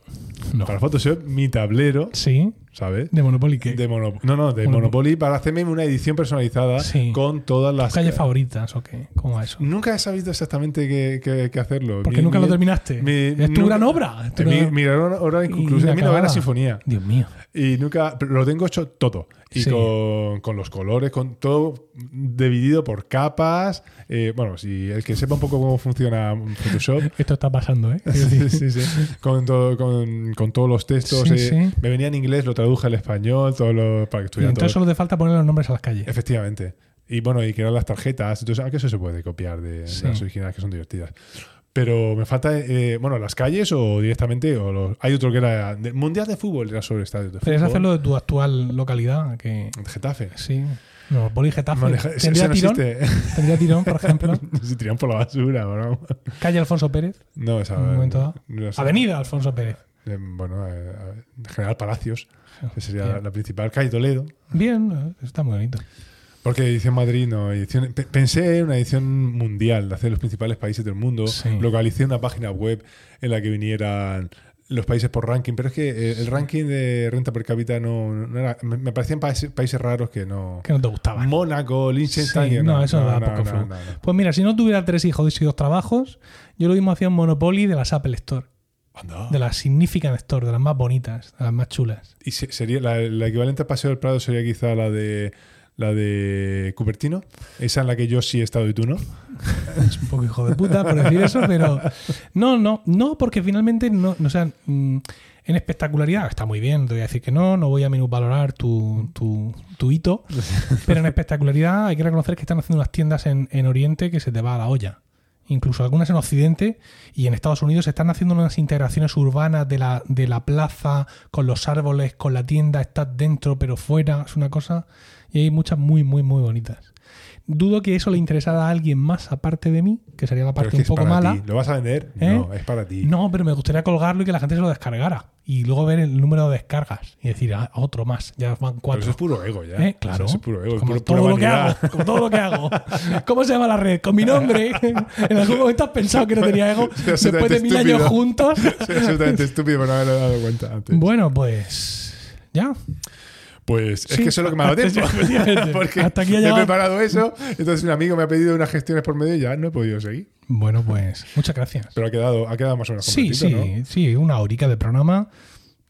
S1: No.
S2: para Photoshop mi tablero,
S1: Sí,
S2: ¿sabes?
S1: de Monopoly que
S2: De Mono- no, no, de
S1: Monopo-
S2: Monopoly para hacerme una edición personalizada
S1: Sí.
S2: con todas las...
S1: calles favoritas o qué, ¿cómo va eso?
S2: Nunca he sabido exactamente qué, qué- qué hacerlo.
S1: Porque
S2: Mi-
S1: nunca
S2: mi-
S1: lo terminaste.
S2: mi-
S1: es tu
S2: nunca-
S1: gran obra. es tu
S2: Mi,
S1: gran-
S2: mi gran obra inconclusa. Es mi
S1: inacabada.
S2: novena sinfonía.
S1: Dios mío.
S2: Y nunca. pero Lo tengo hecho todo. Y
S1: Sí.
S2: con, con los colores, con todo dividido por capas. Eh, bueno, si el que sepa un poco cómo funciona Photoshop.
S1: Esto está pasando, ¿eh? Quiero decir,
S2: Sí, sí, sí. Con, todo- con, con todos los textos.
S1: Sí,
S2: eh,
S1: sí.
S2: Me venía en inglés, lo traduje al español, todo lo, para que
S1: y
S2: estuviera
S1: entonces
S2: todo.
S1: solo te falta poner los nombres a las calles.
S2: Efectivamente. Y bueno, y crear las tarjetas. Entonces, aunque eso se puede copiar de, de
S1: Sí.
S2: las originales que son divertidas. Pero me falta, eh, bueno, las calles o directamente. O los- hay otro que era de- Mundial de Fútbol, era sobre estadios de
S1: Pero es
S2: fútbol.
S1: hacerlo de tu actual localidad, que
S2: Getafe.
S1: sí. Monopoly Getafe.
S2: Maneja- ese-
S1: tendría,
S2: ese no
S1: tirón,
S2: existe.
S1: tendría tirón, por ejemplo.
S2: Se tiran por la basura, bro.
S1: Calle Alfonso Pérez.
S2: No, esa.
S1: Un momento dado.
S2: no sé.
S1: Avenida Alfonso Pérez.
S2: Eh, Bueno, eh, a- General Palacios. Que sería
S1: Ah, Bien.
S2: la, la principal. Calle Toledo.
S1: Bien, está muy bonito.
S2: Porque edición Madrid no. Edición, pe- pensé en una edición mundial de hacer los principales países del mundo.
S1: Sí.
S2: Localicé una página web en la que vinieran los países por ranking. Pero es que eh, el ranking de renta per cápita no, no era. Me, me parecían países, países raros que no.
S1: Que no te gustaba.
S2: Mónaco, Liechtenstein.
S1: Sí,
S2: que
S1: no, eso da poco
S2: no,
S1: flow.
S2: no, no.
S1: Pues mira, si no tuviera tres hijos y dos trabajos, yo lo mismo hacía un Monopoly de las Apple Store,
S2: Anda.
S1: de las Significant Store, de las más bonitas, de las más chulas.
S2: Y se- sería la, la equivalente a Paseo del Prado sería quizá la de la de Cupertino, esa en la que yo sí he estado y tú no.
S1: Es un poco hijo de puta por decir eso, pero no, no, no, porque finalmente no, no, o sea, mm, en espectacularidad está muy bien, te voy a decir que no, no voy a minusvalorar tu, tu, tu hito, pero en espectacularidad hay que reconocer que están haciendo unas tiendas en, en Oriente que se te va a la olla. Incluso algunas en Occidente y en Estados Unidos se están haciendo unas integraciones urbanas de la, de la plaza con los árboles, con la tienda, estás dentro pero fuera, es una cosa. Y hay muchas muy, muy, muy bonitas. Dudo que eso le interesara a alguien más aparte de mí, que sería la
S2: Pero es
S1: parte
S2: que
S1: un
S2: es
S1: poco
S2: para
S1: mala.
S2: ti. ¿Lo vas a vender?
S1: ¿Eh?
S2: No, es para ti.
S1: No, pero me gustaría colgarlo y que la gente se lo descargara. Y luego ver el número de descargas y decir, ah, otro más, ya van
S2: Pero eso
S1: cuatro.
S2: es puro ego ya.
S1: ¿Eh? Claro.
S2: Eso es puro ego. es
S1: como,
S2: puro-
S1: todo
S2: pura
S1: lo que
S2: vanidad.
S1: hago, como todo lo que hago. ¿Cómo se llama la red? Con mi nombre. En algún momento has pensado que no tenía ego.
S2: Sí,
S1: Después de
S2: absolutamente
S1: mil años
S2: estúpido.
S1: juntos.
S2: Soy absolutamente estúpido por no haberme dado cuenta antes.
S1: bueno, pues. Ya.
S2: Pues es
S1: Sí,
S2: que eso es lo que me ha dado
S1: antes
S2: tiempo.
S1: ya, efectivamente.
S2: Porque
S1: Hasta aquí ha
S2: he
S1: llegado.
S2: preparado eso. Entonces un amigo me ha pedido unas gestiones por medio y ya no he podido seguir.
S1: Bueno, pues. Muchas gracias.
S2: Pero ha quedado, ha quedado más o menos
S1: Sí, sí,
S2: completito, ¿no?
S1: sí. Una horica de programa.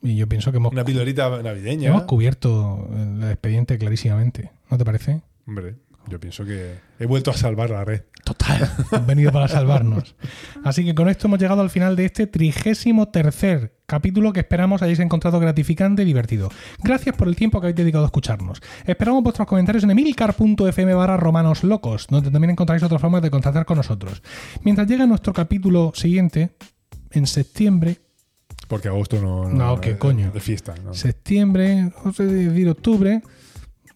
S1: Y yo pienso que hemos,
S2: Una pildorita navideña.
S1: hemos cubierto el expediente clarísimamente. ¿No te parece?
S2: Hombre, yo pienso que he vuelto a salvar la red.
S1: Total, han venido para salvarnos. Así que con esto hemos llegado al final de este trigésimo tercer capítulo que esperamos hayáis encontrado gratificante y divertido. Gracias por el tiempo que habéis dedicado a escucharnos. Esperamos vuestros comentarios en emilcar.fm barra romanoslocos, donde también encontráis otras formas de contactar con nosotros. Mientras llega nuestro capítulo siguiente, en septiembre,
S2: Porque agosto no.
S1: No, qué
S2: es-
S1: coño.
S2: De fiesta, ¿no?
S1: septiembre, no sé decir octubre.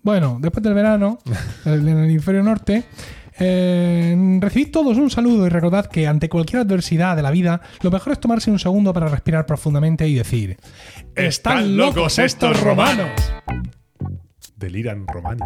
S1: Bueno, después del verano, en el hemisferio norte, eh, recibid todos un saludo y recordad que ante cualquier adversidad de la vida, lo mejor es tomarse un segundo para respirar profundamente y decir:
S2: Están locos estos romanos". Deliran Romani.